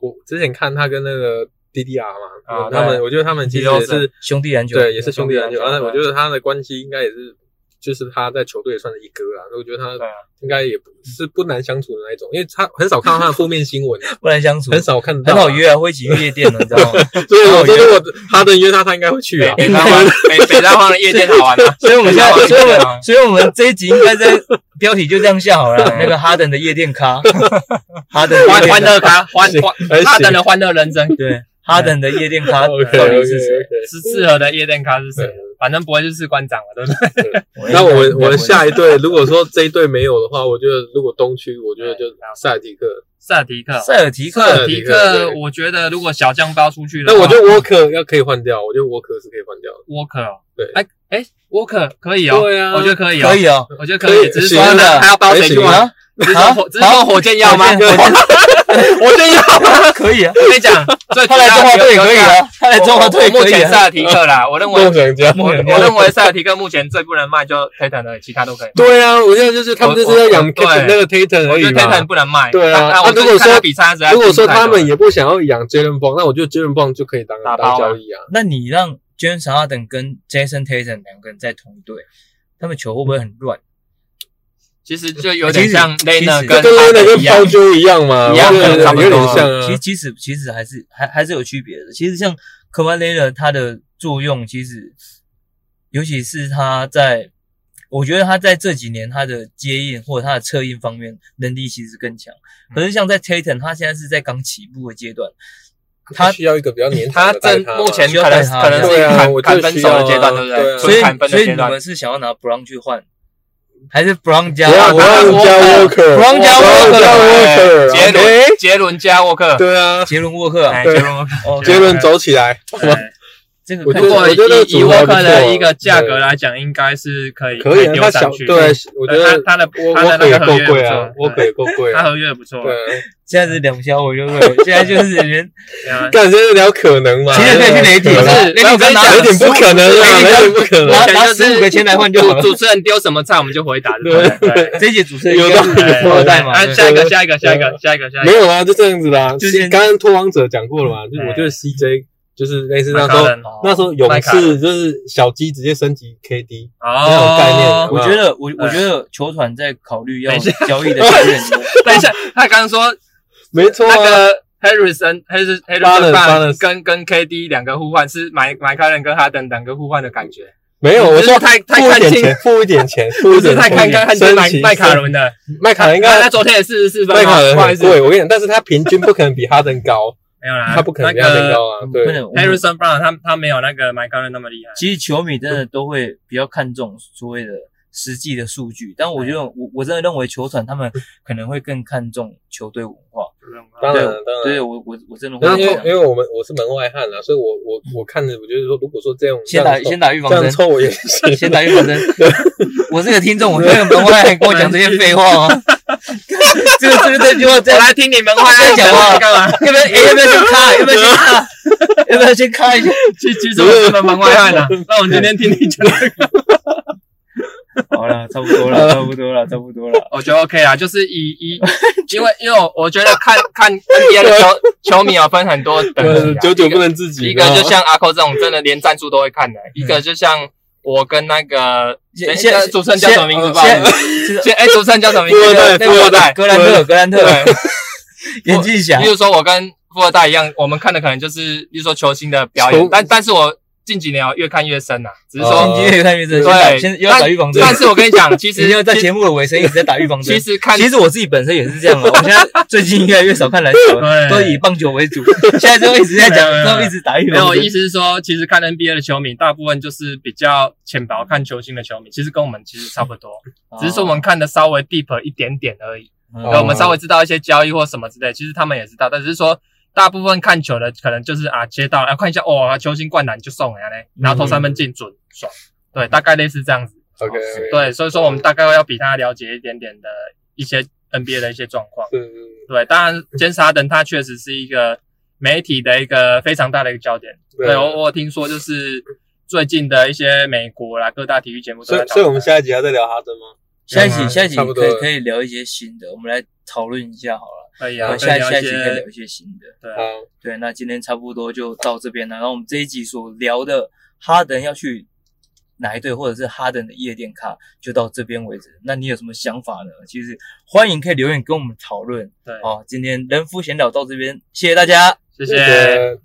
Speaker 1: 我之前看他跟那个 DDR 嘛，
Speaker 2: 啊
Speaker 1: 他们
Speaker 2: 对
Speaker 1: 我觉得他们其实也是
Speaker 3: 兄弟篮球，
Speaker 1: 对，也是兄弟篮球。
Speaker 2: 兄弟
Speaker 1: 啊
Speaker 2: 篮球
Speaker 1: 我觉得他的关系应该也是，就是他在球队也算是一哥啊。所以我觉得
Speaker 2: 对
Speaker 1: 他
Speaker 2: 啊
Speaker 1: 应该也不是不难相处的那一种，因为他很少看到他的负面新闻，啊
Speaker 3: 不然相处
Speaker 1: 很少看到，
Speaker 3: 很好。约啊，会一起去夜店的，你知道 吗？
Speaker 1: 所以我说，如果哈登约他，他应该会去啊。
Speaker 2: 北大荒北北大荒的夜店 好玩啊，
Speaker 3: 所以我们现在，
Speaker 2: 很好约
Speaker 3: 所以我
Speaker 2: 啊
Speaker 3: 们，所以我们这一集应该在标题就这样下好了，那个哈登的夜 店咖，哈登的夜
Speaker 2: 欢
Speaker 3: 店
Speaker 2: 欢乐咖，欢
Speaker 1: 行还行
Speaker 2: 欢他等的欢乐人生，
Speaker 3: 对哈登的夜店咖 到
Speaker 1: OK
Speaker 3: 底
Speaker 1: OK
Speaker 3: 是谁？
Speaker 1: OK。
Speaker 2: 是适合的夜店咖是谁？反正不会是士官长了，对不对？
Speaker 1: 那我们我们下一队，如果说这一队没有的话，我觉得如果东区，我觉得就塞尔提克。
Speaker 2: 塞尔提克，
Speaker 3: 塞尔提
Speaker 2: 塞
Speaker 1: 塞
Speaker 3: 克
Speaker 2: 尔
Speaker 1: 尔
Speaker 2: 提
Speaker 1: 提
Speaker 2: 克
Speaker 1: 克，
Speaker 2: 我觉得如果小酱包出去的
Speaker 1: 那
Speaker 2: 话，
Speaker 1: 我觉得沃克要可以换掉，我觉得沃克是可以换掉的。
Speaker 2: 沃克哦，
Speaker 1: 对
Speaker 2: 哎哎，沃克可以哦，
Speaker 1: 对啊
Speaker 2: 我觉得可以哦，
Speaker 3: 可以哦，
Speaker 2: 我觉得可以，
Speaker 1: 可以
Speaker 2: 只是
Speaker 1: 行
Speaker 2: 说
Speaker 1: 啊
Speaker 2: 呢，他要包谁去
Speaker 1: 可以
Speaker 2: 玩？
Speaker 1: 啊
Speaker 3: 啊，
Speaker 2: 只是说火，只是说火箭要吗？
Speaker 3: 火箭
Speaker 2: 火箭要，
Speaker 3: 可以啊，
Speaker 2: 我跟你讲，最
Speaker 3: 他来中华队也可以啊， 他来中华队也
Speaker 2: 目
Speaker 3: 可以
Speaker 2: 前塞
Speaker 3: 啊，
Speaker 2: 尔提克啦，我认为
Speaker 1: 梦想家，
Speaker 2: 我我认为塞尔提克目前最不能卖就 t a t u n 而已，其他都可以卖。
Speaker 1: 对啊，我现在就是他们就是要养
Speaker 2: 我我对
Speaker 1: 那个 Tatum 而
Speaker 2: 我觉
Speaker 1: 已
Speaker 2: 得 t a t u n
Speaker 1: 嘛。
Speaker 2: 不能卖。
Speaker 1: 对啊
Speaker 2: 那
Speaker 1: 啊
Speaker 2: 我就
Speaker 1: 如果
Speaker 2: 看
Speaker 1: 说
Speaker 2: 他比赛实在
Speaker 1: 如果说他们
Speaker 2: 也
Speaker 1: 也不想要养 Jalen b r o w 那我觉得 Jalen b r o w 就可以当
Speaker 2: 打包
Speaker 1: 当
Speaker 2: 啊
Speaker 1: 交易啊。
Speaker 3: 那你让 James Harden 跟 Jason Tatum 两个人在同一队，他们球会不会很乱？
Speaker 2: 其实就有点像
Speaker 3: 其实
Speaker 2: Lena
Speaker 1: 这
Speaker 2: 跟
Speaker 1: 跟
Speaker 2: Harden
Speaker 1: Lena 跟
Speaker 2: 一样
Speaker 1: 包就一样嘛，
Speaker 2: 一样
Speaker 1: 我觉得
Speaker 2: 差不多
Speaker 1: 有点像
Speaker 3: 其
Speaker 1: 啊
Speaker 3: 实。其实其实还是还还是有区别的。其实像 k a w a l e r 他的作用，其实尤其是他在，我觉得他在这几年他的接应或者他的策应方面能力其实更强。可是像在 Tatum，他现在是在刚起步的阶段，他
Speaker 1: 需要一个比较年长
Speaker 2: 他
Speaker 1: 的带
Speaker 2: 正
Speaker 1: 嘛
Speaker 2: 目前
Speaker 3: 需要
Speaker 2: 可能
Speaker 3: 带他
Speaker 2: 可能是
Speaker 1: 对啊
Speaker 2: 砍
Speaker 1: 我就
Speaker 2: 砍分手的阶段，对
Speaker 1: 需
Speaker 2: 不
Speaker 1: 要啊对啊
Speaker 2: 对？
Speaker 3: 所以
Speaker 2: 纯呃砍分
Speaker 3: 所
Speaker 2: 的
Speaker 3: 以
Speaker 2: 阶
Speaker 3: 你
Speaker 2: 段。
Speaker 3: 们是想要拿 Brown 去换，还是 Brown 加
Speaker 1: 不要不要
Speaker 2: 我
Speaker 1: 加
Speaker 2: 我
Speaker 1: Walker，
Speaker 3: 不要加
Speaker 1: 不要加
Speaker 2: Walker，
Speaker 1: Walker，
Speaker 2: 杰
Speaker 1: OK？
Speaker 2: 伦杰伦加沃 克，
Speaker 1: 对啊，
Speaker 3: 杰伦沃克啊？
Speaker 2: 哎，
Speaker 1: 对
Speaker 2: 杰伦沃克。
Speaker 3: 哦，
Speaker 1: 杰伦走起来，
Speaker 2: 哎
Speaker 3: 这个
Speaker 1: 我
Speaker 3: 看
Speaker 1: 觉
Speaker 2: 如
Speaker 1: 得
Speaker 3: 起来
Speaker 2: 果以
Speaker 1: 这个组合
Speaker 2: 以沃
Speaker 1: 不
Speaker 2: 克
Speaker 1: 错
Speaker 2: 的一个价格
Speaker 1: 对
Speaker 2: 来讲，应该是可以
Speaker 1: 可以啊，
Speaker 2: 丢
Speaker 1: 他
Speaker 2: 上
Speaker 1: 小
Speaker 2: 去。嗯
Speaker 1: 对，我觉得
Speaker 2: 他他的
Speaker 1: 我
Speaker 2: 他
Speaker 1: 我
Speaker 2: 的
Speaker 1: 可以
Speaker 2: 那个合
Speaker 1: 够
Speaker 2: 约
Speaker 1: 贵
Speaker 2: 不
Speaker 1: 啊
Speaker 2: 错，
Speaker 1: 我可以够贵
Speaker 2: 嗯他嗯
Speaker 1: 啊，
Speaker 2: 合约不错，
Speaker 1: 对。
Speaker 3: 现在是两小 我就对了，现在就是连
Speaker 2: 对啊
Speaker 1: 干，这是聊可能嘛？啊
Speaker 3: 其实可以去雷霆，
Speaker 1: 可能
Speaker 2: 是
Speaker 3: 雷霆只要拿
Speaker 1: 有点不可能啊，有点不可能
Speaker 3: 拿。
Speaker 2: 目前
Speaker 3: 拿
Speaker 2: 就是
Speaker 3: 15个签来换就好了
Speaker 2: 主主持人丢什么菜，我们就回答。
Speaker 1: 对
Speaker 2: 对对
Speaker 3: 这一节主持人
Speaker 1: 有道理
Speaker 2: 对
Speaker 3: 后代嘛
Speaker 2: 啊，
Speaker 3: 对
Speaker 2: 下一个，下一个，下一个，下一个，下一
Speaker 1: 没
Speaker 2: 个。
Speaker 1: 有啊，就这样子的啊。
Speaker 3: 就
Speaker 1: 就是是刚刚拓荒者讲过了嘛，就是
Speaker 2: 哎
Speaker 1: 我觉得 CJ 就是类似那
Speaker 2: 麦
Speaker 1: 时
Speaker 2: 卡
Speaker 1: 候
Speaker 2: 伦
Speaker 1: 那时候勇
Speaker 2: 麦卡伦
Speaker 1: 士就是小鸡直接升级 KD，那
Speaker 2: 哦
Speaker 1: 种概念有没有
Speaker 3: 我觉得我
Speaker 2: 对
Speaker 3: 我觉得球团在考虑要
Speaker 2: 等一下
Speaker 3: 交易 的球员，
Speaker 2: 等一下，他刚刚说
Speaker 1: 没错
Speaker 2: 那
Speaker 1: 啊。
Speaker 2: 个 Harrison Harrison
Speaker 1: Barnes，
Speaker 2: Harrison
Speaker 1: Barnes
Speaker 2: 跟跟 KD 两个互换，是买买开人跟哈登两个互换的感觉。
Speaker 1: 没有，我
Speaker 2: 就是
Speaker 1: 说
Speaker 2: 太太
Speaker 1: 付一
Speaker 2: 看
Speaker 1: 点
Speaker 2: 清
Speaker 1: 钱，付一点钱，付一
Speaker 2: 不是
Speaker 1: 点
Speaker 2: 太看看看
Speaker 1: 升
Speaker 2: 麦
Speaker 1: 级
Speaker 2: 麦卡，伦的，啊
Speaker 1: 麦卡伦应
Speaker 2: 他他
Speaker 1: 该
Speaker 2: 昨天也四十四分嘛，
Speaker 1: 麦卡伦
Speaker 2: 不好意
Speaker 1: 很
Speaker 2: 思，
Speaker 1: 贵，我跟你讲，但是他平均不可能比哈登 高，
Speaker 2: 没有啦，
Speaker 1: 他不可能比
Speaker 2: 那
Speaker 1: 哈登
Speaker 2: 个
Speaker 1: 高啊。
Speaker 3: 嗯不
Speaker 1: 对，
Speaker 3: 能。我们
Speaker 2: Harrison Brown 他他没有那个 m i c a e l 那么厉害。
Speaker 3: 其实球迷真的都会比较看重所谓的实际的数据，但我觉得我我真的认为球团他们可能会更看重球队文化。
Speaker 1: 当
Speaker 3: 对
Speaker 1: 然了，当然
Speaker 3: 对
Speaker 1: 了。
Speaker 3: 我我我真的会
Speaker 1: 然后因
Speaker 3: 这
Speaker 1: 为因
Speaker 3: 样。
Speaker 1: 为我们我是门外汉啊，所以我我我看着我觉得说，如果说这样
Speaker 3: 先打
Speaker 1: 这样
Speaker 3: 先打预防
Speaker 1: 这样
Speaker 3: 针，
Speaker 1: 凑我也行。
Speaker 3: 先打预防针。我是个听众，我根本不会跟我讲这些废 话啊！这个这个这句话这
Speaker 2: 我
Speaker 3: 样
Speaker 2: 来听你们话
Speaker 3: 在讲 话
Speaker 2: 干嘛？
Speaker 3: 要不要？哎、要不要先卡？要不要先卡？要不要先卡一下？
Speaker 2: 其其实我是门门外汉 啊。那我们今天听你讲，
Speaker 3: 好了，差不多 了，差不多了，差不多了。
Speaker 2: 我觉得 OK 啦，就是以 以，因为因为我我觉得看看 NBA 的球球迷啊，分很多 等
Speaker 1: 对，
Speaker 2: 级啊，
Speaker 1: 久久不能啊自己。
Speaker 2: 一个就像阿扣这种真的连战术都会看的，一
Speaker 1: 嗯
Speaker 2: 个就像我跟那个
Speaker 3: 现
Speaker 2: 现在主持人叫什么名字吧
Speaker 3: 现在
Speaker 2: 现哎主持人叫什么名
Speaker 1: 富
Speaker 2: 字？
Speaker 1: 二代
Speaker 2: 那个
Speaker 1: 富二代
Speaker 3: 格兰特，格兰特，
Speaker 2: 对。
Speaker 3: 眼镜侠
Speaker 2: 比，如说我跟富二代一样，我们看的可能就是，比如说球星的表演
Speaker 1: 球，
Speaker 2: 但但是我近几年我越看越深啊，只是说，
Speaker 1: 哦
Speaker 3: 今天越看越真。先打
Speaker 2: 对，
Speaker 3: 先要打预防针。
Speaker 2: 但是我跟你讲，其
Speaker 3: 今
Speaker 2: 实
Speaker 3: 天在
Speaker 2: 其
Speaker 3: 节目的尾声一直在打预防针
Speaker 2: 其。实看，
Speaker 3: 其实我自己本身也是这样啊的，我现 在最近越来越少看篮球了，
Speaker 2: 对
Speaker 3: 都以棒球为主。现在就一直在讲，
Speaker 2: 对对对
Speaker 3: 都一直打预
Speaker 2: 没有，
Speaker 3: 防
Speaker 2: 我意
Speaker 3: 针。
Speaker 2: 思是说，其实看 NBA 的球迷，大部分就是比较浅薄看球星的球迷，其实跟我们其实差不多，
Speaker 3: 哦
Speaker 2: 只是说我们看的稍微 deep 一点点而已。
Speaker 3: 嗯，
Speaker 2: 对，我们稍微知道一些交易或什么之类，其实他们也知道，但只是说大部分看球的可能就是啊，接到啊看一下，哦，球星灌篮就送人家嘞，然后投三分进准爽，对，大概类似这样子。
Speaker 1: OK，
Speaker 2: 对，所以说我们大概要比他了解一点点的一些 NBA 的一些状况。
Speaker 1: 是
Speaker 2: 对，当然，坚沙登他确实是一个媒体的一个非常大的一个焦点。对我，我有听说就是最近的一些美国啦各大体育节目都
Speaker 1: 所
Speaker 2: 在
Speaker 1: 以
Speaker 2: 讨论他，
Speaker 1: 所以我们下一集还在聊哈登吗？
Speaker 3: 下一集，下一集
Speaker 1: 嗯差不多
Speaker 3: 可以
Speaker 1: 了
Speaker 3: 可以聊一些新的，我们来讨论一下好了。
Speaker 2: 可以
Speaker 3: 然
Speaker 2: 啊，
Speaker 3: 后
Speaker 2: 可以
Speaker 3: 下
Speaker 2: 聊
Speaker 3: 下
Speaker 2: 一
Speaker 3: 一集可以聊
Speaker 2: 些
Speaker 3: 一些新的。
Speaker 2: 对
Speaker 4: 好
Speaker 2: 啊，，
Speaker 3: 对，那今天差不多就到这边了。然后我们这一集所聊的哈登要去哪一队，或者是哈登的夜店咖，就到这边为止。那你有什么想法呢？其实欢迎可以留言跟我们讨论。
Speaker 2: 对，
Speaker 3: 哦，今天人夫闲聊到这边，谢谢大家。
Speaker 2: 谢谢。